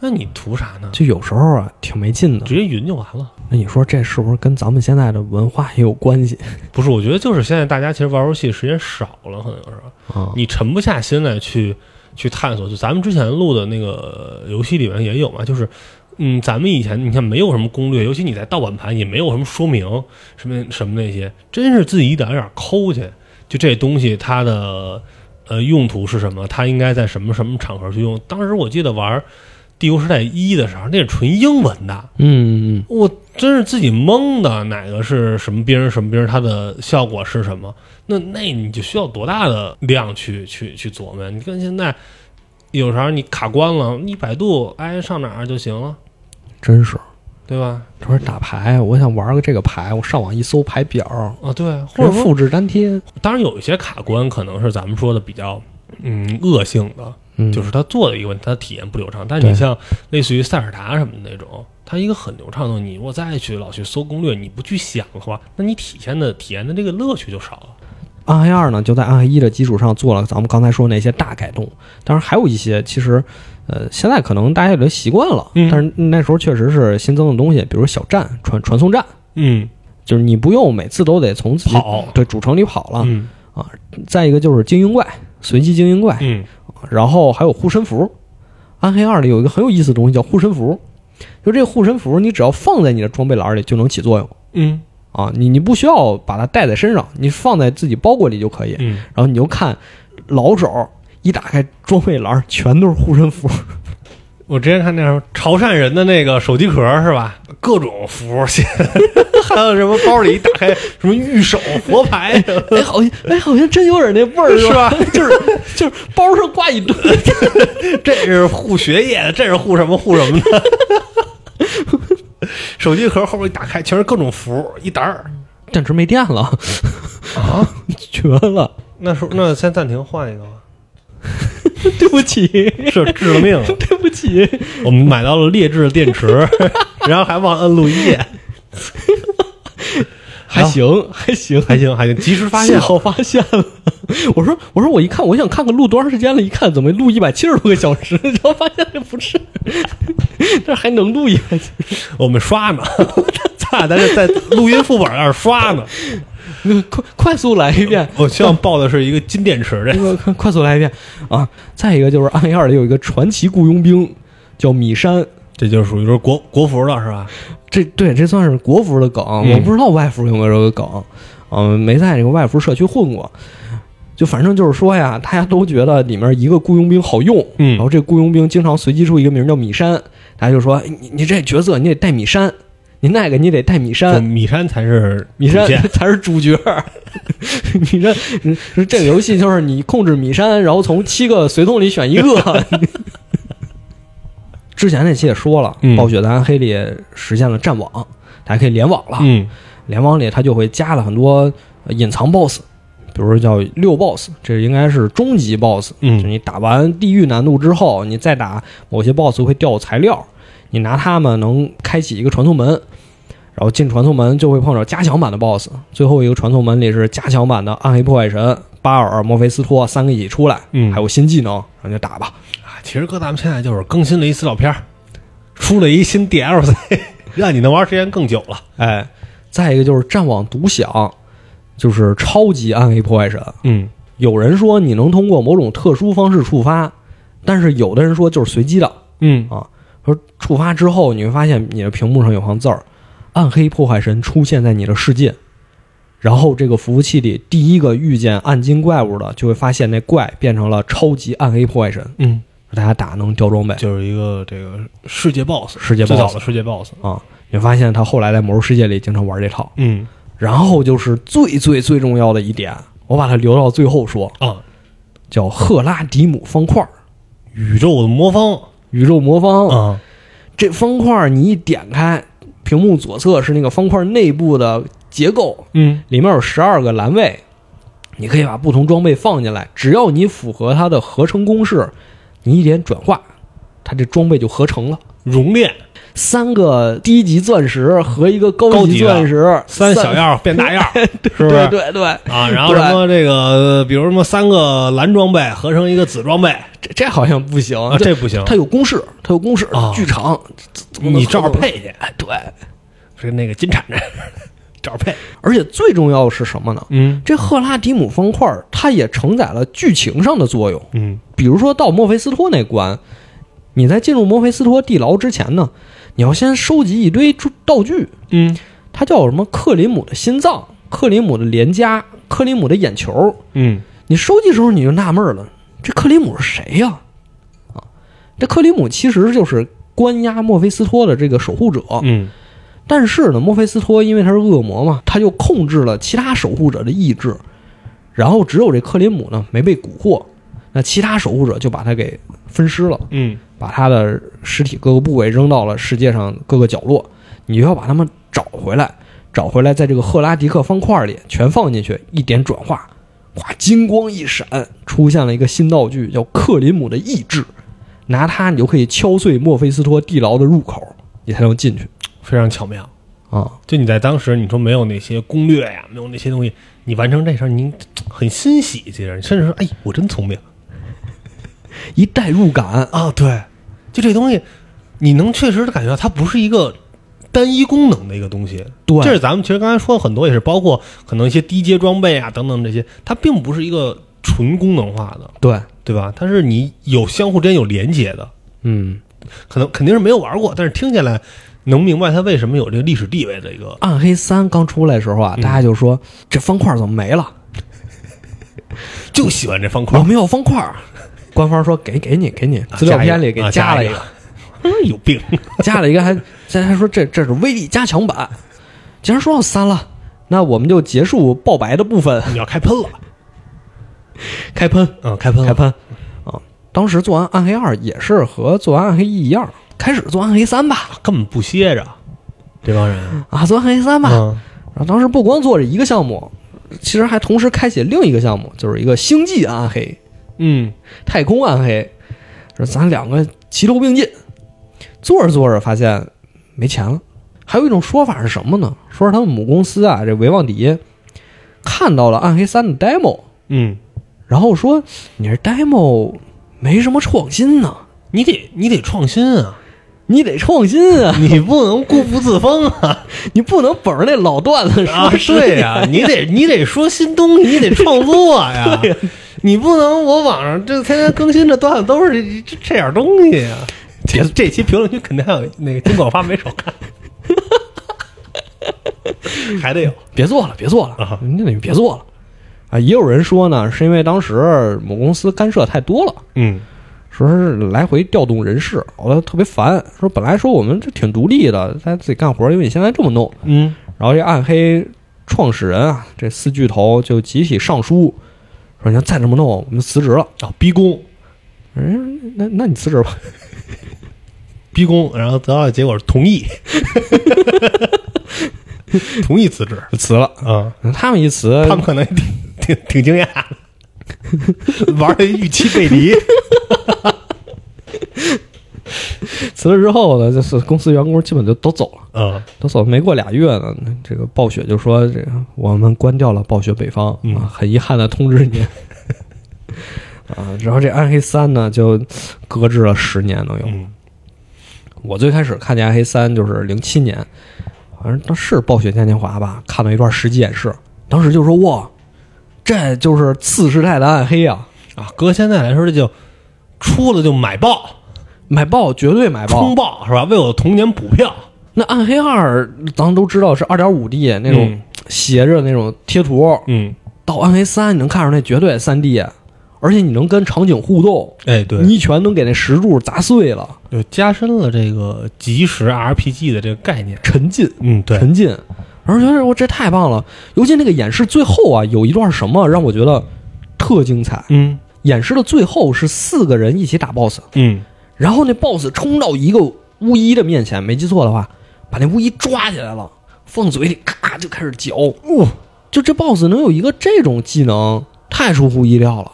S2: 那你图啥呢？
S1: 就有时候啊挺没劲的。
S2: 直接云就完了。
S1: 那你说这是不是跟咱们现在的文化也有关系
S2: 不是，我觉得就是现在大家其实玩游戏时间少了，可能有时候
S1: 啊？
S2: 你沉不下心来去去探索。就咱们之前录的那个游戏里面也有嘛，就是嗯，咱们以前你看没有什么攻略，尤其你在盗版盘也没有什么说明，什么什么那些，真是自己一点一点抠去。就这东西它的呃用途是什么？它应该在什么什么场合去用？当时我记得玩《帝国时代一》的时候，那是纯英文的。
S1: 嗯嗯
S2: 我真是自己蒙的，哪个是什么兵，什么兵，它的效果是什么？那那你就需要多大的量去去去琢磨？你看现在有啥你卡关了，你百度哎上哪儿就行了，
S1: 嗯，真是。
S2: 对吧？
S1: 这会儿打牌，我想玩个这个牌，我上网一搜牌表，
S2: 啊，对，
S1: 或
S2: 或
S1: 者
S2: 者说，
S1: 复制粘贴，
S2: 当然有一些卡关可能是咱们说的比较嗯恶性的，
S1: 嗯，
S2: 就是他做的一个问题，他体验不流畅。但你
S1: 对
S2: 像类似于塞尔达什么的那种，它一个很流畅的，你如果再去老去搜攻略，你不去想的话，那你体现的体验的这个乐趣就少了。
S1: 暗黑二呢，就在暗黑一的基础上做了咱们刚才说那些大改动，当然还有一些其实，呃，现在可能大家也都习惯了，
S2: 嗯
S1: 但是那时候确实是新增的东西，比如小站传传送站，
S2: 嗯，
S1: 就是你不用每次都得从自己
S2: 跑
S1: 对主城里跑了。
S2: 嗯
S1: 再一个就是精英怪，随机精英怪，
S2: 嗯
S1: 然后还有护身符。暗黑二里有一个很有意思的东西叫护身符，就这个护身符，你只要放在你的装备栏里就能起作用
S2: 嗯
S1: 啊，你你不需要把它带在身上，你放在自己包裹里就可以。
S2: 嗯，
S1: 然后你就看老手一打开装备栏，全都是护身符，
S2: 我之前看那什么潮汕人的那个手机壳是吧？各种符，现在 还有什么包里一打开什么御手佛牌，
S1: 哎，好像哎，好像真有点那味儿，
S2: 是
S1: 吧？
S2: 吧？
S1: 就是就是包上挂一堆，
S2: 这是护学业的，这是护什么护什么的。手机壳后面一打开，全是各种符，一沓儿
S1: 电池没电了，
S2: 啊。
S1: 绝了，
S2: 那时候那先暂停换一个吧，
S1: 对不起，
S2: 是致命了。
S1: 对不起，
S2: 我们买到了劣质的 电池，然后还忘摁录音键，
S1: 还行还行，
S2: 还行还行，及时发
S1: 幸
S2: 现哦了。
S1: 好发现了。我说我说我一看，我想看看录多长时间了，一看怎么录一百七十多个小时，然后发现这不是，这还能录一百七十
S2: 我们刷呢， 咱俩在这在录音副本那儿刷呢。
S1: 那个快快速来一遍，
S2: 我希望报的是一个金电池的
S1: 这个快快速来一遍啊！再一个就是暗黑二里有一个传奇雇佣兵，叫米山。
S2: 这就属于说国国服了是吧？
S1: 这对这算是国服的梗，
S2: 嗯
S1: 我不知道外服有没有这个梗，嗯、没在这个外服社区混过。就反正就是说呀，大家都觉得里面一个雇佣兵好用，
S2: 嗯
S1: 然后这雇佣兵经常随机出一个名叫米山，大家就说哎你你这角色你得带米山，你那个你得带米
S2: 就
S1: 山，
S2: 米山才是
S1: 呃米山
S2: 主线 啊
S1: 才是主角。米山，这个游戏就是你控制米山，然后从七个随从里选一个。 之前那期也说了，
S2: 嗯
S1: 暴雪在暗黑里实现了战网，大家可以联网了。
S2: 嗯
S1: 联网里它就会加了很多呃隐藏 BOSS，比如说叫六 BOSS，这应该是终极 BOSS。就
S2: 嗯
S1: 你打完地狱难度之后，你再打某些 BOSS 会掉材料，你拿它们能开启一个传送门，然后进传送门就会碰到加强版的 BOSS。最后一个传送门里是加强版的暗黑破坏神巴尔、墨菲斯托三个一起出来，
S2: 嗯
S1: 还有新技能，然后就打吧。
S2: 啊，其实哥咱们现在就是更新了一资料片儿，出了一新 DLC，让你 能玩时间更久了。
S1: 哎，再一个就是战网独享，就是超级暗黑破坏神。
S2: 嗯
S1: 有人说你能通过某种特殊方式触发，但是有的人说就是随机的。啊
S2: 嗯
S1: 说触发之后，你会发现你的屏幕上有行字儿：“暗黑破坏神出现在你的世界。”然后这个服务器里第一个遇见暗金怪物的，就会发现那怪变成了超级暗黑破坏神，
S2: 嗯，
S1: 大家打能掉装备
S2: 就是一个这个世界 BOSS，
S1: 世界
S2: 最早
S1: BOSS
S2: 的世界 BOSS。
S1: 啊。你会发现他后来在魔兽世界里经常玩这套。
S2: 嗯
S1: 然后就是最最最重要的一点，我把它留到最后说，
S2: 啊，
S1: 叫赫拉迪姆方块儿，
S2: 宇宙的魔方
S1: 宇宙魔方。
S2: 啊，
S1: 这方块你一点开，屏幕左侧是那个方块内部的结构，
S2: 嗯
S1: 里面有十二个栏位，你可以把不同装备放进来，只要你符合它的合成公式，你一点转化，它这装备就合成了。
S2: 熔炼
S1: 三个低级钻石和一个高级钻石，
S2: 三小样儿变大样儿，是不
S1: 对
S2: 是？
S1: 对对，
S2: 啊， 然后什么这个，比如什么三个蓝装备合成一个紫装备
S1: 这这好像不行，
S2: 啊，这不行，
S1: 它有公式，它有公式
S2: 啊，
S1: 剧场，怎么能
S2: 你照着
S1: 合作
S2: 配去，
S1: 哎对，
S2: 是那个金铲子，照着配。
S1: 而且最重要的是什么呢？
S2: 嗯
S1: 这赫拉迪姆方块儿它也承载了剧情上的作用，
S2: 嗯
S1: 比如说到墨菲斯托那关，你在进入墨菲斯托地牢之前呢，你要先收集一堆珠道具，
S2: 嗯
S1: 它叫什么克林姆的心脏、克林姆的脸颊、克林姆的眼球。
S2: 嗯
S1: 你收集时候你就纳闷了，这克林姆是谁呀？啊，这克林姆其实就是关押墨菲斯托的这个守护者，
S2: 嗯
S1: 但是呢，墨菲斯托因为他是恶魔嘛，他就控制了其他守护者的意志，然后只有这克林姆呢没被蛊惑，那其他守护者就把他给分尸了，
S2: 嗯
S1: 把他的尸体各个部位扔到了世界上各个角落，你就要把他们找回来，找回来在这个赫拉迪克方块里全放进去，一点转化，哗，金光一闪，出现了一个新道具，叫克林姆的意志，拿它你就可以敲碎墨菲斯托地牢的入口，你才能进去
S2: 非常巧妙。
S1: 啊。
S2: 就你在当时，你说没有那些攻略呀，没有那些东西，你完成这事儿，你很欣喜，其实甚至说，哎，我真聪明
S1: 一代入感。
S2: 啊！对，就这东西，你能确实的感觉到它不是一个单一功能的一个东西。
S1: 对
S2: 这是咱们其实刚才说的很多，也是包括可能一些低阶装备啊等等这些，它并不是一个纯功能化的，
S1: 对，
S2: 对吧？它是你有相互之间有连接的，
S1: 嗯，
S2: 可能肯定是没有玩过，但是听起来能明白它为什么有这个历史地位的一个。
S1: 暗黑三刚出来的时候啊，大家就说这方块怎么没了？
S2: 就喜欢这方块啊
S1: 我，们要方块儿。官方说给给你给你，资料片里给加了一
S2: 一
S1: 个，
S2: 有病。
S1: 啊 加了一个还，现在还说这这是威力加强版。既然说到三了，那我们就结束爆白的部分，
S2: 你要开喷了，
S1: 开喷
S2: 嗯，开喷
S1: 开，喷啊！当时做完暗黑二也是和做完暗黑一一样，开始做暗黑三吧
S2: 啊根本不歇着，这帮人，
S1: 啊，做完暗黑三吧。
S2: 嗯
S1: 然后当时不光做了一个项目，其实还同时开启另一个项目，就是一个星际暗黑、
S2: 嗯
S1: 太空暗黑，说咱两个齐头并进。做着做着发现没钱了，还有一种说法是什么呢？说是他们母公司啊，这维旺迪看到了《暗黑三》的 demo，
S2: 嗯，
S1: 然后说你这 demo 没什么创新呢，
S2: 你得你得创新啊，
S1: 你得创新啊，
S2: 你不能固步自封啊
S1: 你不能本着那老段子说
S2: 啊！对呀、 你得你得说新东西，你得创作 呀，你不能我网上这天天更新这段子都是这这这点东西呀、啊这这期评论区肯定还有那个金广发没少 看，还得有
S1: 别做了，别做了
S2: 啊，
S1: 那你别做了啊！也有人说呢，是因为当时某公司干涉太多了，
S2: 嗯
S1: 说是来回调动人事，我特别烦。说本来说我们这挺独立的，咱自己干活，因为你现在这么弄，
S2: 嗯
S1: 然后这暗黑创始人啊，这四巨头就集体上书，说你要再这么弄，我们辞职了。
S2: 啊，逼宫
S1: 嗯、那那你辞职吧。
S2: 逼宫，然后得到的结果是同 意，同意辞职
S1: 辞了。
S2: 啊，
S1: 他们一辞，
S2: 他们可能挺挺挺惊讶 的，玩的预期背离，
S1: 辞了之后呢，就是公司员工基本就都走了，
S2: 啊
S1: 都走了。没过俩月呢，这个暴雪就说：“这个我们关掉了暴雪北方
S2: 嗯
S1: 啊，很遗憾的通知您。” 啊，然后这《暗黑三》呢，就搁置了十年都有。
S2: 嗯
S1: 我最开始看见《暗黑三》就是零七年，好像当是暴雪嘉年华吧，看到一段实际演示，当时就说哇，这就是次世代的暗黑啊，
S2: 啊，搁现在来说这就出了就买爆
S1: 买爆绝对买爆
S2: 冲。爆是吧？为我的童年补票，
S1: 那《暗黑二》咱们都知道是二点五 D 那种
S2: 嗯
S1: 斜着那种贴图，
S2: 嗯，
S1: 到《暗黑三》你能看出那绝对三 D，而且啊你能跟场景互动，
S2: 哎对，
S1: 你一拳能给那石柱砸碎了，
S2: 就加深了这个即时 RPG 的这个概念。
S1: 沉浸。
S2: 嗯，对，
S1: 沉浸，然后觉得我这太棒了。尤其那个演示最后啊，有一段什么让我觉得特精彩。
S2: 嗯
S1: 演示的最后是四个人一起打 BOSS，
S2: 嗯
S1: 然后那 BOSS 冲到一个巫医的面前，没记错的话，把那巫医抓起来了，放嘴里咔就开始嚼。
S2: 哦，
S1: 就这 BOSS 能有一个这种技能，太出乎意料了。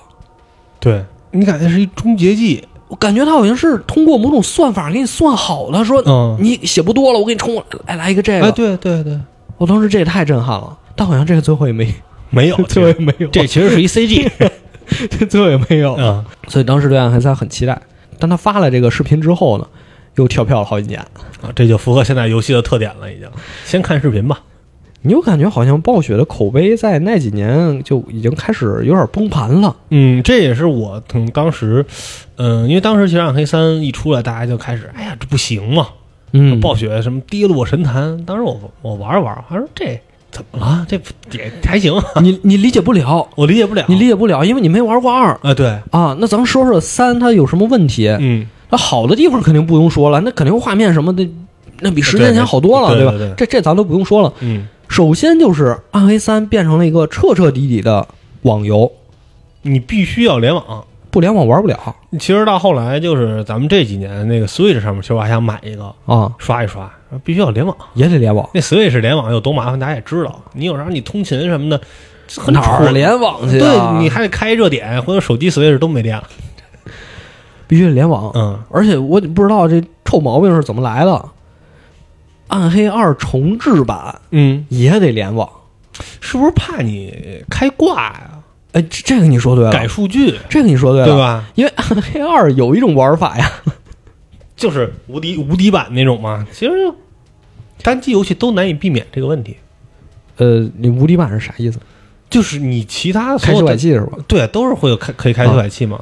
S2: 对，你感觉是一终结技，
S1: 我感觉他好像是通过某种算法给你算好的，说
S2: 嗯，
S1: 你血不多了，我给你冲过来，来来一个这
S2: 哎，
S1: 个。
S2: 对对对，
S1: 我当时这也太震撼了，但好像这个最后也没
S2: 没有，
S1: 最后也没有，
S2: 这其实是一 CG
S1: 最后也没有。
S2: 啊，
S1: 所以当时对《暗黑三》很期待，但他发了这个视频之后呢，又跳票了好几年。
S2: 啊这就符合现在游戏的特点了，已经。先看视频吧，
S1: 你就感觉好像暴雪的口碑在那几年就已经开始有点崩盘了。
S2: 嗯，这也是我从当时，嗯、因为当时其实《暗黑三》一出来，大家就开始，哎呀，这不行嘛，
S1: 嗯
S2: 暴雪什么跌落神坛。当时我我玩了玩，还说这怎么了？这也还行，
S1: 你你理解不了，
S2: 我理解不了。
S1: 你理解不了，因为你没玩过二
S2: 啊，对，
S1: 啊。那咱们说说三，它有什么问题？
S2: 嗯，
S1: 那好的地方肯定不用说了，那肯定画面什么的，那比十年前好多了，
S2: 对
S1: 吧？
S2: 对对
S1: 这这咱都不用说了。
S2: 嗯
S1: 首先就是《暗黑三》变成了一个彻彻底底的网游，，
S2: 你必须要联网。
S1: 不联网玩不了
S2: 其实到后来就是咱们这几年那个 Switch 上面，其实我还想买一个
S1: 啊，
S2: 刷一刷，必须要联网。
S1: 也得联网。
S2: 那 Switch 联网有多麻烦，大家也知道。你有时候你通勤什么的，这很
S1: 哪儿
S2: 蠢
S1: 联网去、啊？
S2: 对，你还得开热点，或者手机 Switch 都没电了。
S1: 必须得联网。
S2: 嗯，
S1: 而且我也不知道这臭毛病是怎么来的，《暗黑二》重置版
S2: 嗯，
S1: 也得联网。
S2: 是不是怕你开挂呀、
S1: 哎，这这个你说对了，
S2: 改数据，
S1: 这个你说对了，
S2: 啊对？啊吧？
S1: 因为《暗黑二》有一种玩法呀，
S2: 就是无敌无敌版那种嘛。其实单机游戏都难以避免这个问题，
S1: 呃，你无敌版是啥意思？
S2: 就是你其他所
S1: 开
S2: 有
S1: 修
S2: 的
S1: 改器是吧？
S2: 对都是会有开可以开
S1: 啊
S2: 修改器嘛。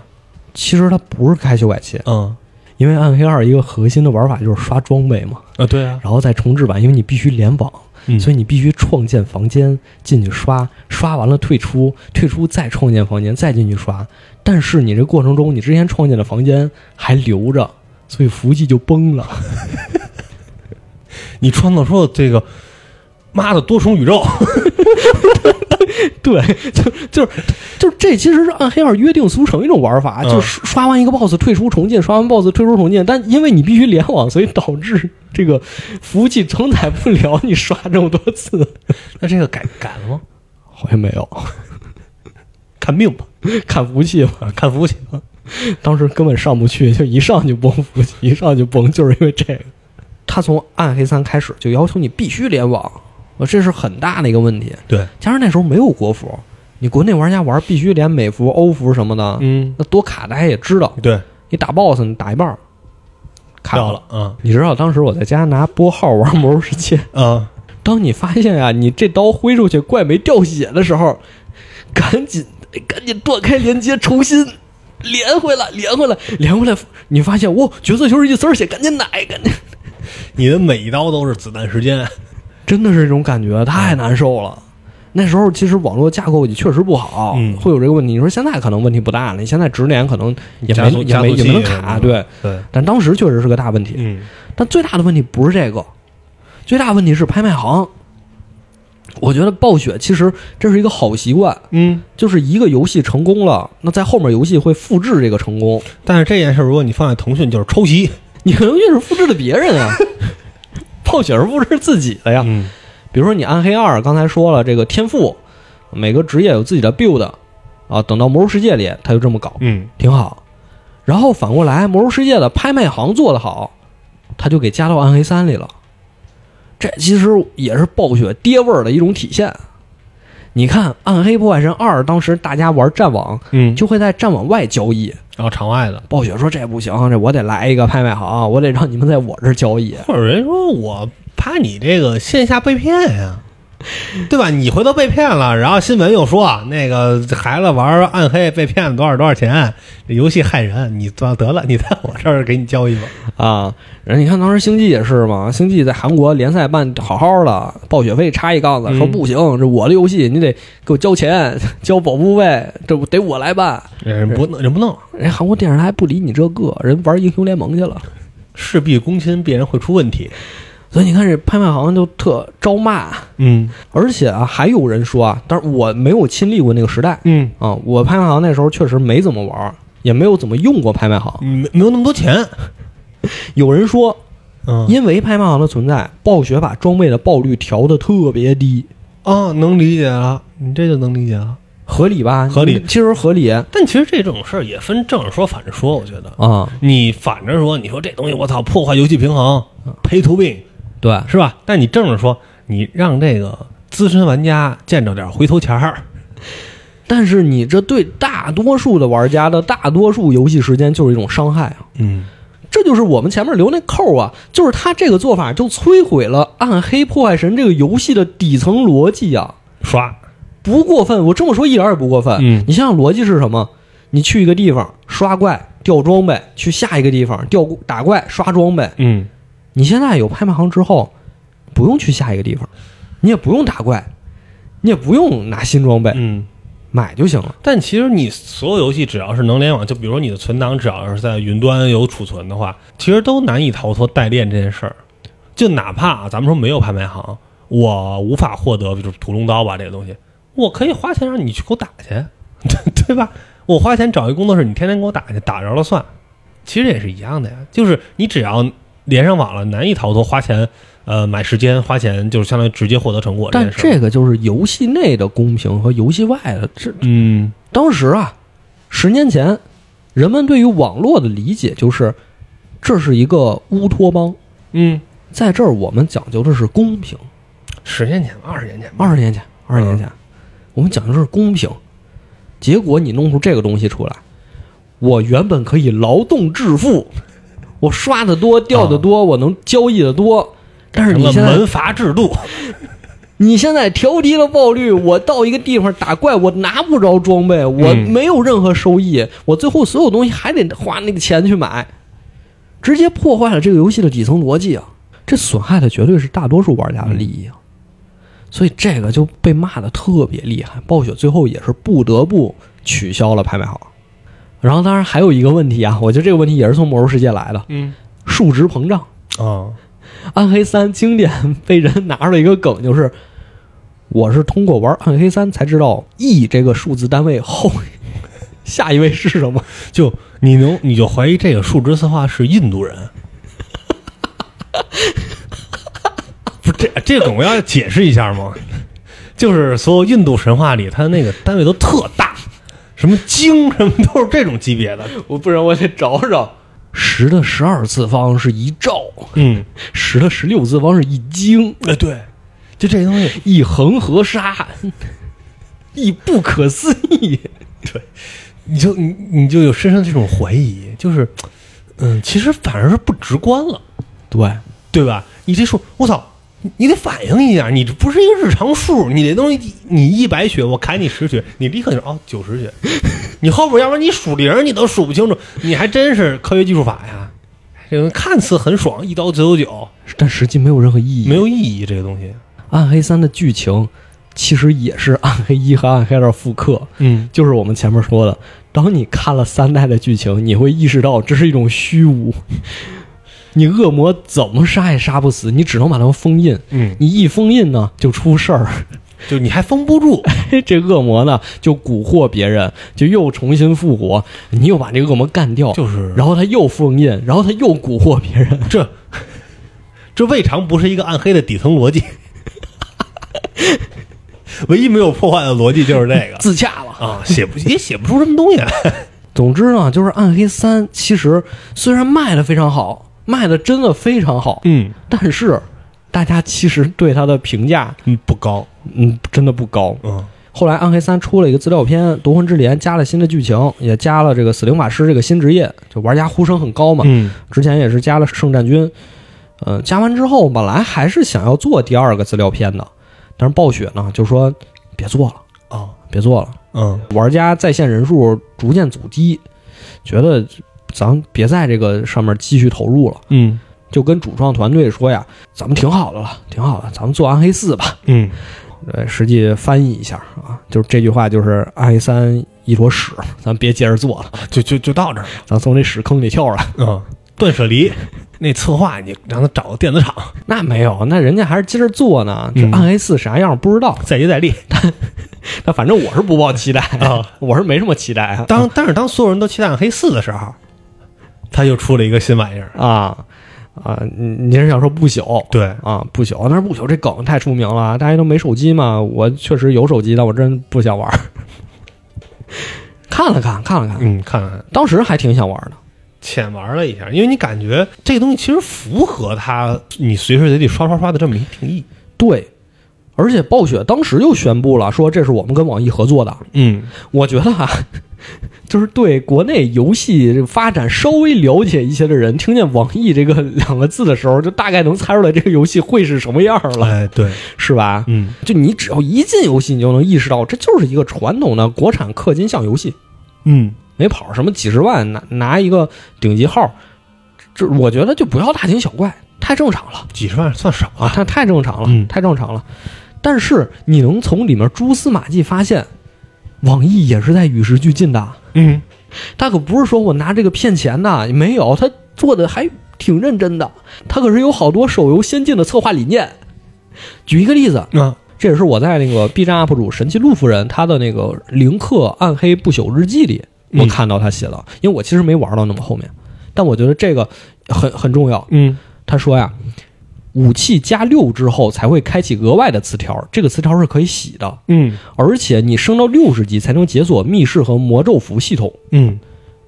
S1: 其实它不是开修改器，
S2: 嗯
S1: 因为《暗黑二》一个核心的玩法就是刷装备嘛，
S2: 啊，对啊，
S1: 然后再重置版，因为你必须联网，
S2: 嗯
S1: 所以你必须创建房间进去刷，刷完了退出，退出再创建房间，再进去刷。但是你这过程中，你之前创建的房间还留着，所以服务器就崩了。
S2: 你创造出了这个妈的多重宇宙，
S1: 对，就就是就是这其实是暗黑二约定俗成一种玩法，
S2: 嗯
S1: 就是刷完一个 BOSS 退出重建，刷完 BOSS 退出重建。但因为你必须联网，所以导致这个服务器承载不了你刷这么多 次。
S2: 那这个改改了吗？
S1: 好像没有
S2: 看命吧，
S1: 看服务器吧，
S2: 啊，看服务器。
S1: 当时根本上不去，就一上就崩服务器，一上就崩，就是因为这个。他从《暗黑三》开始就要求你必须联网，我这是很大的一个问题。
S2: 对，
S1: 加上那时候没有国服，你国内玩家玩必须连美服、欧服什么的，
S2: 嗯，
S1: 那多卡大家也知道。
S2: 对，
S1: 你打 BOSS，你打一半儿卡
S2: 掉了。啊
S1: 你知道当时我在家拿拨号玩《魔兽世界》，
S2: 啊，
S1: 当你发现啊，你这刀挥出去怪没掉血的时候，赶紧赶紧断开连接，重新连回来，连回来，连回来，你发现哇，角色球是一丝儿血，赶紧奶，赶紧，
S2: 你的每一刀都是子弹时间。
S1: 真的是这种感觉，太
S2: 嗯
S1: 难受了。那时候其实网络架构也确实不好，
S2: 嗯
S1: 会有这个问题。你说现在可能问题不大了，你现在直连可能也
S2: 加
S1: 没也
S2: 速
S1: 没
S2: 加速
S1: 也
S2: 器
S1: 没能卡，
S2: 嗯
S1: 对。
S2: 对，
S1: 但当时确实是个大问题。
S2: 嗯，
S1: 但最大的问题不是这个，最大问题是拍卖行。我觉得暴雪其实这是一个好习惯，
S2: 嗯，
S1: 就是一个游戏成功了，那在后面游戏会复制这个成功。
S2: 但是这件事如果你放在腾讯就是抄袭，
S1: 你可能越是复制的别人啊， 暴雪是复制自己的呀。
S2: 嗯
S1: 比如说你暗黑二，刚才说了这个天赋，每个职业有自己的 build 啊，等到魔兽世界里他就这么搞，
S2: 嗯，
S1: 挺好。然后反过来，魔兽世界的拍卖行做得好，他就给加到暗黑三里了。这其实也是暴雪爹味儿的一种体现。你看《暗黑破坏神二》，当时大家玩战网，
S2: 嗯，
S1: 就会在战网外交易。
S2: 然后场外的，
S1: 暴雪说这不行，这我得来一个拍卖行，我得让你们在我这儿交易。
S2: 或者人说我怕你这个线下被骗 呀、对吧？你回头被骗了，然后新闻又说那个孩子玩暗黑被骗了多少多少钱，这游戏害人，你得得了，你在我这儿给你交易吧。
S1: 啊，人你看当时星际也是嘛，星际在韩国联赛办好好的，暴雪非插一杠子，说
S2: 嗯
S1: 不行，这我的游戏，你得给我交钱， 交保护费，这不得我来办。
S2: 人不弄人不弄，
S1: 人家韩国电视台不理你这个，人玩英雄联盟去了。
S2: 事必躬亲，必然会出问题。
S1: 所以你看这拍卖行就特招骂，
S2: 嗯
S1: 而且啊还有人说啊，但是我没有亲历过那个时代
S2: 嗯，
S1: 啊，我拍卖行那时候确实没怎么玩，也没有怎么用过拍卖行。
S2: 没没有那么多钱。
S1: 有人说
S2: 嗯
S1: 因为拍卖行的存在，暴雪把装备的爆率调得特别低，
S2: 啊，能理解了，你这就能理解了。
S1: 合理吧？
S2: 合理
S1: 其实合理啊。
S2: 但其实这种事儿也分正着说，反着说。我觉得你反着说，你说这东西我操破坏游戏平衡，pay to win
S1: 对，
S2: 是吧？但你正着说，你让这个资深玩家见着点回头钱儿。
S1: 但是你这对大多数的玩家的大多数游戏时间就是一种伤害啊！
S2: 嗯
S1: 这就是我们前面留那扣啊，就是他这个做法就摧毁了《暗黑破坏神》这个游戏的底层逻辑啊，
S2: 刷，
S1: 不过分，我这么说一点儿也不过分。
S2: 嗯
S1: 你想想逻辑是什么？你去一个地方刷怪掉装备，去下一个地方掉打怪刷装备，
S2: 嗯，
S1: 你现在有拍卖行之后，不用去下一个地方，你也不用打怪，你也不用拿新装备，
S2: 嗯。
S1: 买就行了。
S2: 但其实你所有游戏只要是能联网，就比如说你的存档只要是在云端有储存的话，其实都难以逃脱代练这件事儿。就哪怕啊咱们说没有拍卖行，我无法获得就是屠龙刀吧这个东西，我可以花钱让你去给我打去， 对对吧？我花钱找一工作室，你天天给我打去，打着了算。其实也是一样的呀，就是你只要连上网了，难以逃脱花钱，呃，买时间花钱，就是相当于直接获得成果这
S1: 但
S2: 件事儿。
S1: 这个就是游戏内的公平和游戏外的。这
S2: 嗯
S1: 当时啊，十年前，人们对于网络的理解就是，这是一个乌托邦，
S2: 嗯，
S1: 在这儿我们讲究的是公平。
S2: 十年前、二十年前吧，嗯
S1: 二十年前，二十年前，我们讲究的是公平，结果你弄出这个东西出来，我原本可以劳动致富，我刷的多，掉的多，我能交易的多。但是
S2: 嗯成
S1: 你
S2: 了
S1: 现在，
S2: 门阀制度。
S1: 你现在调低了爆率，我到一个地方打怪，我拿不着装备，我
S2: 嗯
S1: 没有任何收益，我最后所有东西还得花那个钱去买，直接破坏了这个游戏的底层逻辑啊！这损害的绝对是大多数玩家的利益啊！所以这个就被骂的特别厉害。暴雪最后也是不得不取消了拍卖行。然后，当然还有一个问题啊，我觉得这个问题也是从魔兽世界来的，
S2: 嗯
S1: 数值膨胀。
S2: 啊，
S1: 暗黑三经典被人拿出了一个梗，就是我是通过玩暗黑三才知道 E 这个数字单位后下一位是什么。
S2: 就你能你就怀疑这个数值策划是印度人。 不是这这个梗我要解释一下吗？就是所有印度神话里，它那个单位都特大，什么经什么都是这种级别的。
S1: 我不然我得找找。十的十二次方是一兆，
S2: 嗯，
S1: 十的十六次方是一经，
S2: 哎对，就这东西，
S1: 一恒河沙，一不可思议。
S2: 你就你你就有深深这种怀疑，就是嗯，其实反而是不直观了。
S1: 对，
S2: 对吧？你这数，我操，你得反应一下，你这不是一个日常数，你这东西你一百血，我砍你十血，你立刻就哦九十血， 你后边要不然你数零你都数不清楚，你还真是科学技术法呀。这个看似很爽，一刀九九九，
S1: 但实际没有任何意义。
S2: 没有意义，这个东西。
S1: 暗黑三》的剧情其实也是《暗黑一》和《暗黑二》复刻，
S2: 嗯，
S1: 就是我们前面说的，当你看了三代的剧情，你会意识到这是一种虚无。 你恶魔怎么杀也杀不死，你只能把他们封印。
S2: 嗯，
S1: 你一封印呢，就出事儿。
S2: 就你还封不住，
S1: 这恶魔呢，就蛊惑别人，就又重新复活。你又把这个恶魔干掉，
S2: 就是
S1: 然后他又封印，然后他又蛊惑别人。
S2: 这这未尝不是一个暗黑的底层逻辑。 唯一没有破坏的逻辑就是这个
S1: 自洽了。
S2: 啊，写不也写不出什么东西来。
S1: 总之呢，就是《暗黑三》其实虽然卖的非常好，卖的真的非常好，
S2: 嗯
S1: 但是大家其实对它的评价，
S2: 嗯，不高，
S1: 嗯，真的不高。
S2: 嗯
S1: 后来《暗黑三》出了一个资料片《夺魂之镰》，加了新的剧情，也加了这个死灵法师这个新职业，就玩家呼声很高嘛。
S2: 嗯
S1: 之前也是加了圣战军，呃，加完之后本来还是想要做第二个资料片的，但是暴雪呢就说别做了，
S2: 啊
S1: 别做了。
S2: 嗯
S1: 玩家在线人数逐渐走低，觉得咱别在这个上面继续投入了，
S2: 嗯
S1: 就跟主创团队说呀，咱们挺好的了，挺好的，咱们做《暗黑四》吧。
S2: 嗯
S1: 呃，实际翻译一下啊，就是这句话就是《暗黑三》一坨屎，咱别接着做了，
S2: 就就就到这儿
S1: 咱从这屎坑里跳出来。
S2: 啊。断舍离那策划，你让他找个电子厂，
S1: 那没有，那人家还是接着做呢。这
S2: 嗯
S1: 《暗黑四》啥样不知道，
S2: 再接再厉
S1: 但反正我是不抱期待，
S2: 啊。
S1: 我是没什么期待啊。
S2: 当但是当所有人都期待暗黑四的时候，他又出了一个新玩意儿。
S1: 啊啊，你你是想说不朽？
S2: 对，
S1: 啊，不朽，但是不朽这梗太出名了，啊大家都没手机嘛。我确实有手机，但我真不想玩儿。 看了看，看了看，
S2: 嗯，看看
S1: 当时还挺想玩的。
S2: 浅玩了一下，因为你感觉这个东西其实符合他你随时随地刷刷刷的这么一定义。
S1: 对，而且暴雪当时就宣布了，说这是我们跟网易合作的。
S2: 嗯，
S1: 我觉得啊， 就是对国内游戏这个发展稍微了解一些的人，听见“网易”这个 两个字的时候，就大概能猜出来这个游戏会是什么样了，
S2: 哎，对，
S1: 是吧？
S2: 嗯
S1: 就你只要一进游戏，你就能意识到，这就是一个传统的国产氪金项游戏。
S2: 嗯，
S1: 没跑什么几十万，拿拿一个顶级号，这我觉得就不要大惊小怪，太正常了
S2: 几十万算少
S1: 啊，
S2: 啊。
S1: 太太正常了，
S2: 嗯
S1: 太正常了。但是你能从里面蛛丝马迹发现，网易也是在与时俱进的，
S2: 嗯，
S1: 他可不是说我拿这个骗钱的，没有，他做的还挺认真的，他可是有好多手游先进的策划理念。举一个例子，
S2: 那
S1: 这也是我在那个 B 站 UP 主神奇陆夫人他的那个《零刻暗黑不朽日记》里，
S2: 嗯
S1: 我看到他写的，因为我其实没玩到那么后面，但我觉得这个很很重要。
S2: 嗯
S1: 他说呀，武器加六之后才会开启额外的词条，这个词条是可以洗的，
S2: 嗯
S1: 而且你升到六十级才能解锁密室和魔咒符系统。
S2: 嗯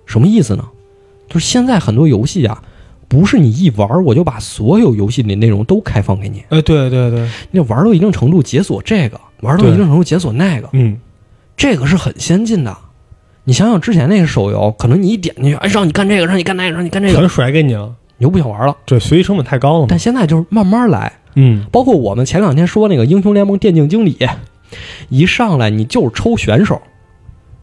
S1: 什么意思呢？就是现在很多游戏啊，不是你一玩我就把所有游戏里内容都开放给你，
S2: 哎，对对对，
S1: 你得玩到一定程度解锁这个，玩到一定程度解锁那个。
S2: 嗯
S1: 这个是很先进的。你想想之前那个手游，可能你一点进去，哎，让你干这个，让你干那个，让你干这个，
S2: 全甩给你了，
S1: 你就不想玩了。
S2: 对，学习成本太高了嘛。
S1: 但现在就是慢慢来，
S2: 嗯
S1: 包括我们前两天说那个《英雄联盟》电竞经理，一上来你就是抽选手，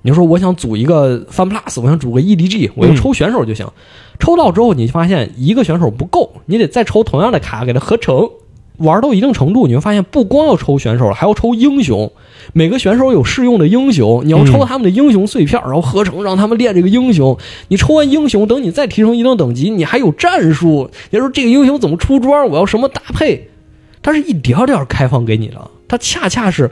S1: 你就说我想组一个 Fan Plus，我想组个 EDG，我就抽选手就行。抽到之后，你发现一个选手不够，你得再抽同样的卡给它合成。玩到一定程度，你会发现不光要抽选手了，还要抽英雄。每个选手有适用的英雄，你要抽他们的英雄碎片，然后合成让他们练这个英雄。你抽完英雄，等你再提升一定等级，你还有战术。你说这个英雄怎么出装，我要什么搭配？它是一点儿点儿开放给你的，它恰恰是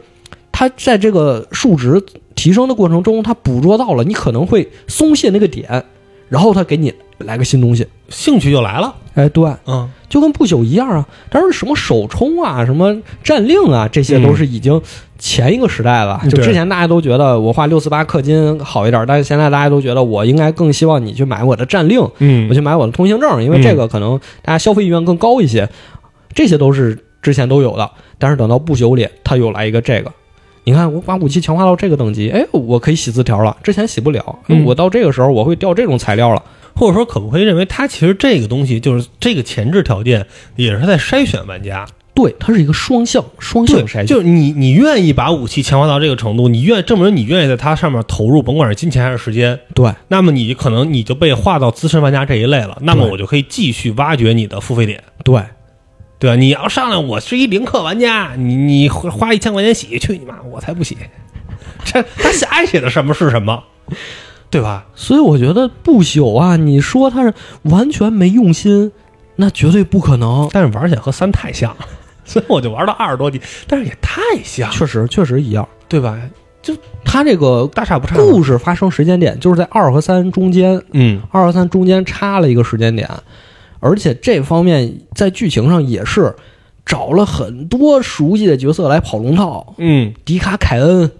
S1: 它在这个数值提升的过程中，它捕捉到了你可能会松懈那个点，然后它给你来个新东西。
S2: 兴趣就来了。
S1: 哎，对，
S2: 嗯，
S1: 就跟不朽一样啊。当然，什么手冲啊，什么战令啊，这些都是已经前一个时代了。
S2: 嗯
S1: 就
S2: 对
S1: 之前大家都觉得我花六四八氪金好一点，但是现在大家都觉得我应该更希望你去买我的战令，
S2: 嗯
S1: 我去买我的通行证，因为
S2: 嗯
S1: 这个可能大家消费意愿更高一些。这些都是之前都有的，但是等到不朽里，它又来一个这个。你看，我把武器强化到这个等级，哎，我可以洗字条了，之前洗不了。
S2: 嗯
S1: 我到这个时候，我会掉这种材料了。
S2: 或者说可不可以认为它其实这个东西就是这个前置条件也是在筛选玩家，
S1: 对，它是一个双向双向
S2: 对，
S1: 筛选，
S2: 就是你你愿意把武器强化到这个程度，你愿证明你愿意在它上面投入，甭管是金钱还是时间，
S1: 对
S2: 那么你可能你就被划到资深玩家这一类了。那么
S1: 对
S2: 我就可以继续挖掘你的付费点，
S1: 对
S2: 对啊吧？你要上来我是一零氪玩家，你你花一千块钱洗，去你妈，我才不洗。 这他写爱写的什么是什么，对吧？
S1: 所以我觉得不朽啊，你说他是完全没用心，那绝对不可能。
S2: 但是玩起来和三太像 了，所以我就玩到二十多级，但是也太像了，
S1: 确实，确实一样。
S2: 对吧？
S1: 他这个
S2: 大差不差嘛。
S1: 故事发生时间点就是在二和三中间，
S2: 嗯，
S1: 二和三中间插了一个时间点，而且这方面在剧情上也是找了很多熟悉的角色来跑龙套。
S2: 嗯
S1: 迪卡凯恩，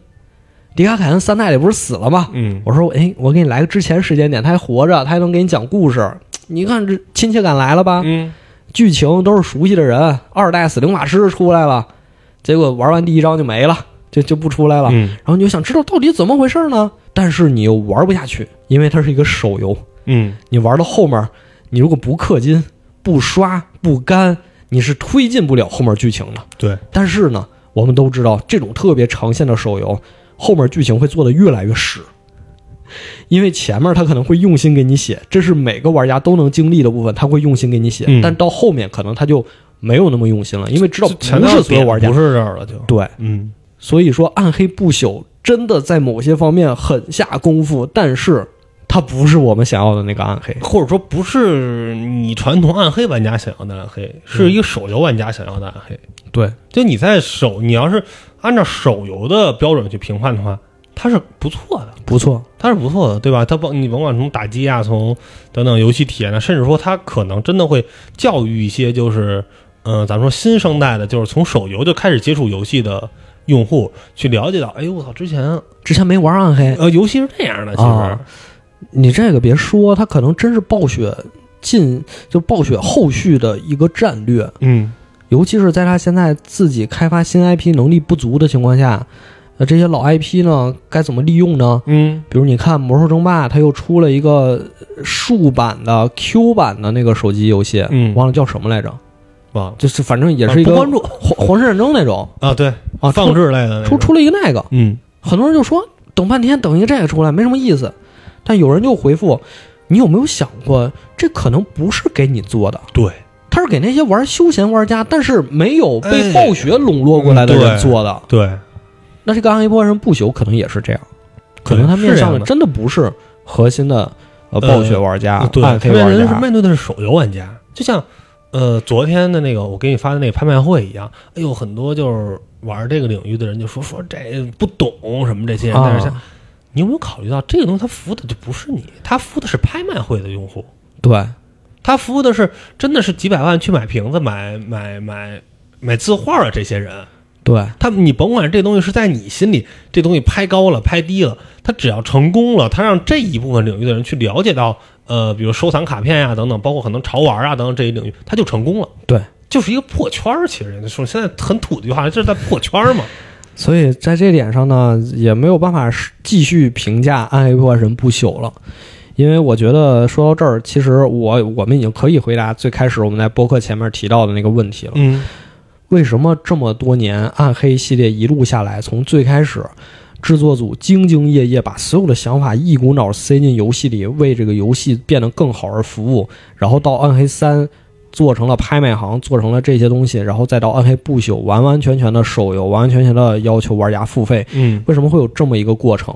S1: 迪卡凯恩三代里不是死了吗？
S2: 嗯，
S1: 我说，哎，我给你来个之前时间点，他还活着，他还能给你讲故事，你看这亲切感来了吧？
S2: 嗯
S1: 剧情都是熟悉的人，二代死灵法师出来了，结果玩完第一章就没了，就就不出来了。
S2: 嗯
S1: 然后你就想知道到底怎么回事呢？但是你又玩不下去，因为它是一个手游，
S2: 嗯，
S1: 你玩到后面，你如果不氪金、不刷、不肝，你是推进不了后面剧情的。
S2: 对，
S1: 但是呢，我们都知道这种特别长线的手游，后面剧情会做得越来越屎。因为前面他可能会用心给你写，这是每个玩家都能经历的部分，他会用心给你写。
S2: 嗯
S1: 但到后面可能他就没有那么用心了，因为知道
S2: 前
S1: 不是所有玩家
S2: 不是这儿了就，
S1: 对，
S2: 嗯
S1: 所以说，暗黑不朽真的在某些方面很下功夫，但是它不是我们想要的那个暗黑。
S2: 或者说不是你传统暗黑玩家想要的暗黑，是一个手游玩家想要的暗黑。
S1: 对，
S2: 就你在手，你要是按照手游的标准去评判的话，它是不错的，
S1: 不错，
S2: 它是不错的，对吧？它甭你甭管从打击啊，从等等游戏体验啊，甚至说它可能真的会教育一些就是，嗯、咱们说新生代的，就是从手游就开始接触游戏的用户，去了解到，哎呦我操，之前
S1: 之前没玩暗黑，
S2: 呃游戏是这样的，其实，
S1: 啊你这个别说，它可能真是暴雪进就暴雪后续的一个战略，
S2: 嗯
S1: 尤其是在它现在自己开发新 IP 能力不足的情况下，呃，这些老 IP 呢该怎么利用呢？
S2: 嗯
S1: 比如你看《魔兽争霸》，它又出了一个竖版的 Q 版的那个手机游戏，
S2: 嗯
S1: 忘了叫什么来着，
S2: 忘了
S1: 就是反正也
S2: 啊
S1: 是一个
S2: 不关注
S1: 皇皇室战争那种
S2: 啊，对，
S1: 啊，出
S2: 放置类的那
S1: 出
S2: 种，
S1: 出了一个那个，
S2: 嗯
S1: 很多人就说等半天等一个这个出来没什么意思，但有人就回复，你有没有想过这可能不是给你做的，
S2: 对，
S1: 它是给那些玩休闲玩家，但是没有被
S2: 哎
S1: 暴雪笼络过来的
S2: 嗯对
S1: 人做的。
S2: 对，
S1: 那这个《暗黑破坏神不朽》可能也是这样，可
S2: 对
S1: 能它
S2: 是
S1: 面
S2: 这
S1: 向
S2: 样
S1: 的
S2: 的
S1: 真的不是核心的呃
S2: 呃
S1: 暴雪玩家、
S2: 对，
S1: 暗黑
S2: 他们
S1: 玩
S2: 人是
S1: 家。
S2: 面对的是手游玩家，就像呃昨天的那个我给你发的那个拍卖会一样，哎呦，很多就是玩这个领域的人就说说这不懂什么这些人，但是像
S1: 啊，
S2: 你有没有考虑到这个东西它服务的就不是你，它服务的是拍卖会的用户，
S1: 对
S2: 它服务的是真的是几百万去买瓶子、买买买买字画的这些人。
S1: 对
S2: 他你甭管这东西是在你心里，这东西拍高了拍低了，他只要成功了，他让这一部分领域的人去了解到，呃，比如收藏卡片呀、等等，包括可能潮玩啊等等这一领域，他就成功了，
S1: 对，
S2: 就是一个破圈儿。其实说现在很土的一句话，这是在破圈儿嘛？
S1: 所以在这点上呢，也没有办法继续评价《暗黑破坏神》不朽了，因为我觉得说到这儿，其实我我们已经可以回答最开始我们在播客前面提到的那个问题了：
S2: 嗯
S1: 为什么这么多年《暗黑》系列一路下来，从最开始制作组兢兢业业把所有的想法一股脑塞进游戏里，为这个游戏变得更好而服务，然后到《暗黑三》。做成了拍卖行，做成了这些东西，然后再到《暗黑不朽》，完完全全的手游，完完全全的要求玩家付费，
S2: 嗯
S1: 为什么会有这么一个过程？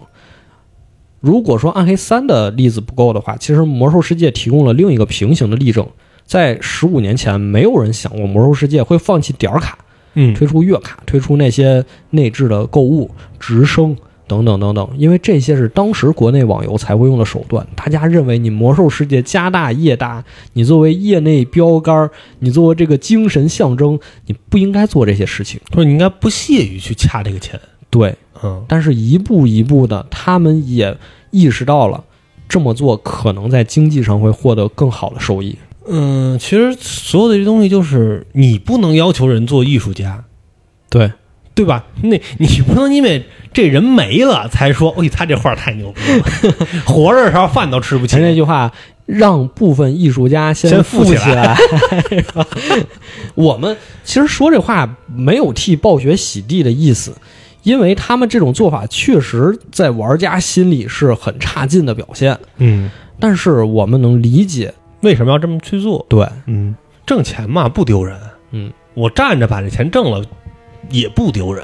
S1: 如果说《暗黑三》的例子不够的话，其实《魔兽世界》提供了另一个平行的例证。在十五年前，没有人想过《魔兽世界》会放弃点儿卡，
S2: 嗯
S1: 推出月卡，推出那些内置的购物、直升等等等等，因为这些是当时国内网游才会用的手段。大家认为你魔兽世界家大业大，你作为业内标杆儿，你作为这个精神象征，你不应该做这些事情。
S2: 说你应该不屑于去掐这个钱，
S1: 对，
S2: 嗯，
S1: 但是一步一步的，他们也意识到了这么做可能在经济上会获得更好的收益。
S2: 嗯，其实所有的这东西就是你不能要求人做艺术家，
S1: 对
S2: 对吧？那你不能因为这人没了才说，哎，他这画太牛逼了，活着的时候饭都吃不起
S1: 前。那句话，让部分艺术家
S2: 先富
S1: 富
S2: 起
S1: 来。然后 我们其实说这话没有替暴雪洗地的意思，因为他们这种做法确实在玩家心里是很差劲的表现，
S2: 嗯，
S1: 但是我们能理解。
S2: 为什么要这么去做？
S1: 对，
S2: 嗯，挣钱嘛不丢人，
S1: 嗯，
S2: 我站着把这钱挣了也不丢人。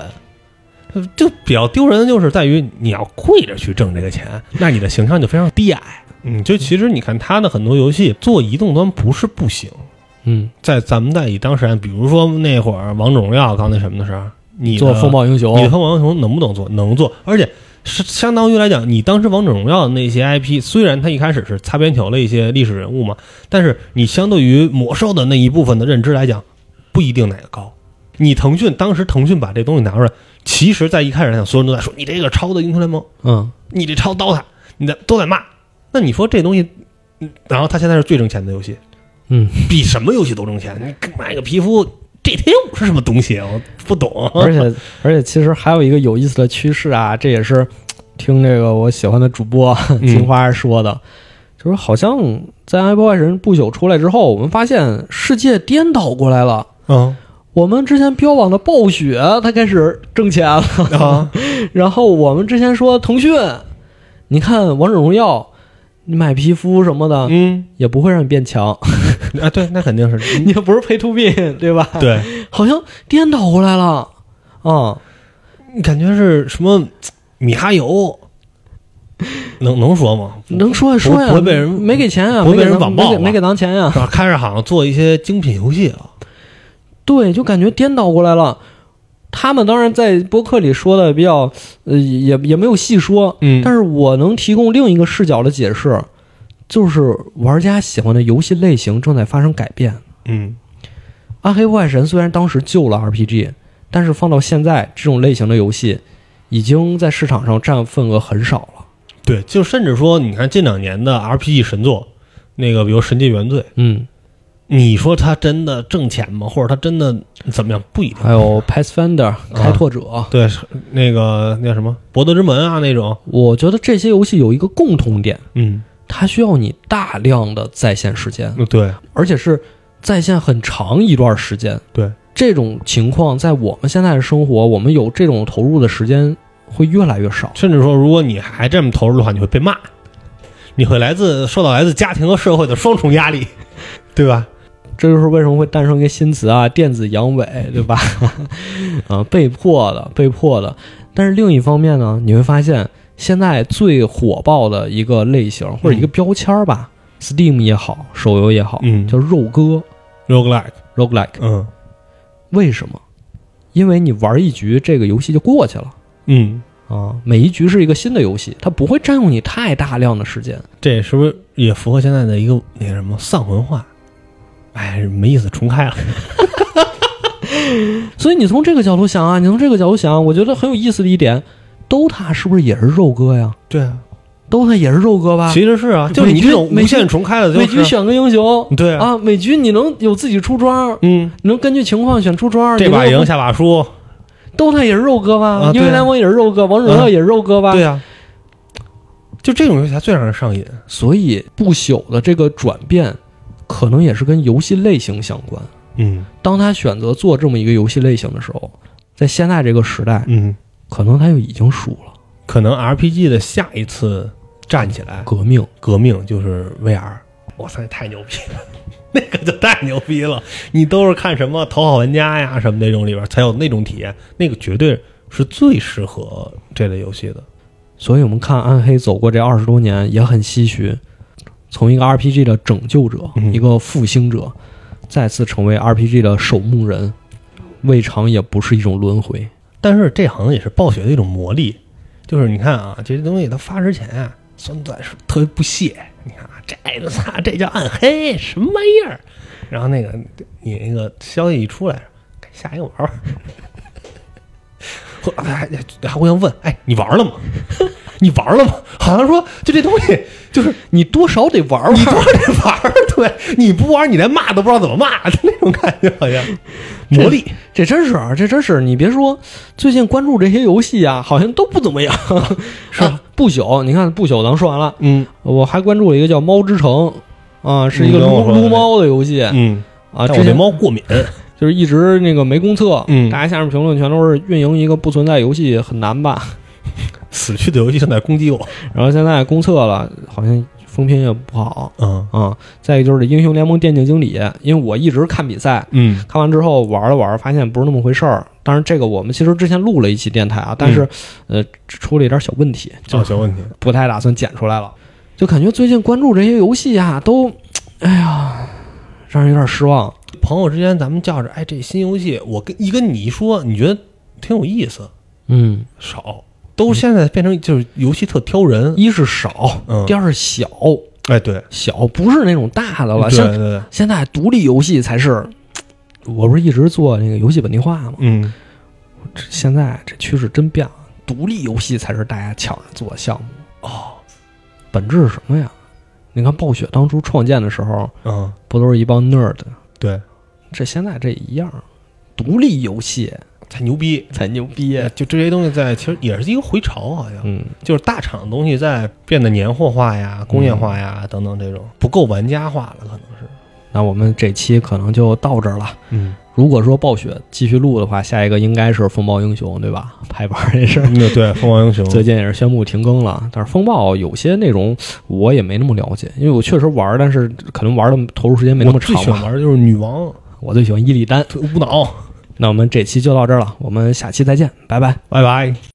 S2: 呃就比较丢人的就是在于你要跪着去挣这个钱，那你的形象就非常低矮。嗯，就其实你看他的很多游戏做移动端不是不行，
S1: 嗯，
S2: 在咱们在以当时，啊比如说那会儿王者荣耀刚那什么的时候，你的
S1: 做风暴英雄
S2: 你，和王英雄能不能做？能做，而且是相当于来讲，你当时王者荣耀的那些 IP，虽然它一开始是擦边球了一些历史人物嘛，但是你相对于魔兽的那一部分的认知来讲，不一定哪个高。你腾讯当时腾讯把这东西拿出来，其实在一开始来讲，所有人都在说你这个抄的英雄联盟，
S1: 嗯，
S2: 你这抄刀塔，你在都在骂。那你说这东西，嗯然后它现在是最挣钱的游戏，
S1: 嗯，
S2: 比什么游戏都挣钱。你买个皮肤，GTA 五是什么东西啊？我不懂。
S1: 而 且而且其实还有一个有意思的趋势啊，这也是听这个我喜欢的主播
S2: 嗯
S1: 金花说的，就是好像在 Apple 外人不久出来之后，我们发现世界颠倒过来了。
S2: 嗯
S1: 我们之前标榜的暴雪，它开始挣钱了。
S2: 啊，
S1: 然后我们之前说腾讯，你看王者荣耀，你买皮肤什么的，
S2: 嗯
S1: 也不会让你变强，
S2: 啊，对，那肯定是嗯
S1: 你也不是 pay to win，对 吧？
S2: 对，
S1: 好像颠倒过来了，啊、
S2: 感觉是什么米哈 游，能能说 吗？
S1: 能说呀说呀，
S2: 不会被人
S1: 没给钱呀，
S2: 不
S1: 没
S2: 会
S1: 给
S2: 被人
S1: 咱
S2: 网暴
S1: 没给
S2: 吧
S1: 没给咱钱啊呀，
S2: 是吧？开始好像做一些精品游戏啊，
S1: 对，就感觉颠倒过来了。他们当然在播客里说的比较，呃，也也没有细说，
S2: 嗯
S1: 但是我能提供另一个视角的解释，就是玩家喜欢的游戏类型正在发生改变。
S2: 嗯
S1: 《暗黑破坏神》虽然当时救了 RPG，但是放到现在，这种类型的游戏已经在市场上占份额很少了。
S2: 对，就甚至说，你看近两年的 RPG 神作，那个比如《神界原罪》，
S1: 嗯，
S2: 你说它真的挣钱吗？或者它真的怎么样？不一定。
S1: 还有
S2: 啊
S1: Pathfinder 开拓者，
S2: 对，是那个那叫什么《博德之门》啊那种，
S1: 我觉得这些游戏有一个共同点，
S2: 嗯，
S1: 它需要你大量的在线时间，
S2: 对，
S1: 而且是在线很长一段时间。
S2: 对，
S1: 这种情况在我们现在的生活，我们有这种投入的时间会越来越少。
S2: 甚至说，如果你还这么投入的话，你会被骂，你会来自受到来自家庭和社会的双重压力，对吧？
S1: 这就是为什么会诞生一个新词啊，电子阳痿，对吧？ 啊，被迫的，被迫的。但是另一方面呢，你会发现现在最火爆的一个类型或者一个标签儿吧、s t e a m 也好，手游也好，
S2: 嗯
S1: 叫肉鸽
S2: roguelike，
S1: （roguelike）。
S2: 嗯
S1: 为什么？因为你玩一局，这个游戏就过去了
S2: 嗯，
S1: 啊。每一局是一个新的游戏，它不会占用你太大量的时间。
S2: 这是不是也符合现在的一个那什么丧文化？哎，没意思，重开了。
S1: 所以你从这个角度想啊，你从这个角度想，我觉得很有意思的一点，DOTA 是不是也是肉鸽呀？
S2: 对啊，
S1: DOTA 也是肉鸽吧？
S2: 其实是啊，就是
S1: 美
S2: 你
S1: 军
S2: 这种
S1: 美
S2: 无限重开的，
S1: 美
S2: 就
S1: 局
S2: 是
S1: 选个英雄
S2: 对，
S1: 啊，美局你能有自己出装，
S2: 嗯，
S1: 你能根据情况选出装。
S2: 这把
S1: 你能
S2: 赢，下把输，
S1: ，DOTA 也是肉鸽吧
S2: 啊？对
S1: 英
S2: 啊
S1: 雄联盟也是肉鸽，王者荣耀也是肉鸽吧？
S2: 对啊，就这种游戏才最让人上瘾。
S1: 所以不朽的这个转变，可能也是跟游戏类型相关。
S2: 嗯
S1: 当他选择做这么一个游戏类型的时候，在现在这个时代，
S2: 嗯，
S1: 可能他就已经输了。
S2: 可能 RPG 的下一次站起来，
S1: 革命，
S2: 革命就是 VR。我操，太牛逼了！ 那个就太牛逼了！你都是看什么《头号玩家》呀什么那种里边才有那种体验，那个绝对是最适合这类游戏的。
S1: 所以我们看暗黑走过这二十多年，也很唏嘘。从一个 RPG 的拯救者，
S2: 嗯
S1: 一个复兴者，再次成为 RPG 的守墓人，未尝也不是一种轮回。
S2: 但是这行也是暴雪的一种魔力，就是你看啊，这些东西它发之前啊，酸钻是特别不屑，你看啊，这个操，这叫暗黑，什么玩意儿？然后那个你那个消息一出来，下一个玩玩。 后还还互相问，哎，你玩了吗？你玩了吗？好像说就这东西，就是
S1: 你多少得玩
S2: 你
S1: 玩，
S2: 多得玩儿，对，你不玩儿你连骂都不知道怎么骂，就那种感觉好像魔力。
S1: 这真是啊，这真是。你别说，最近关注这些游戏啊，好像都不怎么样。 啊是、啊、不朽，你看不朽，咱们说完了，
S2: 嗯
S1: 我还关注了一个叫《猫之城》，啊，是一个
S2: 你跟我
S1: 撸
S2: 说的
S1: 撸猫的游戏
S2: 嗯，
S1: 啊。
S2: 但
S1: 之
S2: 我对
S1: 前
S2: 猫过敏，
S1: 就是一直那个没公测，
S2: 嗯
S1: 大家下面评论全都是运营一个不存在游戏很难吧？
S2: 死去的游戏正在攻击我。
S1: 然后现在公测了，好像风评也不好
S2: 嗯
S1: 啊。再一个就是《英雄联盟》电竞经理，因为我一直看比赛，
S2: 嗯
S1: 看完之后玩了玩，发现不是那么回事儿。当然，这个我们其实之前录了一期电台啊，但是、呃出了一点小问题，
S2: 这
S1: 就
S2: 嗯啊小问题。
S1: 不太打算剪出来了。就感觉最近关注这些游戏啊，都哎呀，让人有点失望。
S2: 朋友之间咱们叫着，哎，这新游戏，我跟一跟你一说，你觉得挺有意思，
S1: 嗯，
S2: 少。都现在变成就是游戏特挑人，
S1: 一是少，
S2: 嗯
S1: 第，二是小
S2: 哎对，
S1: 小，不是那种大的了。
S2: 对
S1: 像
S2: 对对，
S1: 现在独立游戏才是，我不是一直做那个游戏本地化吗？
S2: 嗯，
S1: 这现在这趋势真变了，独立游戏才是大家抢着做的项目。
S2: 哦，
S1: 本质是什么呀？你看暴雪当初创建的时候，
S2: 嗯，
S1: 不都是一帮 nerd？
S2: 对，
S1: 这现在这一样，独立游戏
S2: 才牛逼。啊
S1: 才牛逼。
S2: 就这些东西在，其实也是一个回潮，好像
S1: 嗯，
S2: 就是大厂的东西在变得年货化呀、工业化呀等等这种，不够玩家化了，可能是。
S1: 那我们这期可能就到这儿了。
S2: 嗯，
S1: 如果说暴雪继续录的话，下一个应该是风暴英雄，对吧？排版这事儿。
S2: 那嗯对，凤凰英 雄，
S1: 最近也是宣布停更了，但是风暴有些内容我也没那么了解，因为我确实玩儿，但是可能玩儿的投入时间没那
S2: 我
S1: 么
S2: 最
S1: 长
S2: 喜欢
S1: 吧。
S2: 玩的就是女王
S1: 我最喜欢伊利丹。
S2: 舞蹈，
S1: 那我们这期就到这儿了，我们下期再见，拜拜。
S2: 拜拜。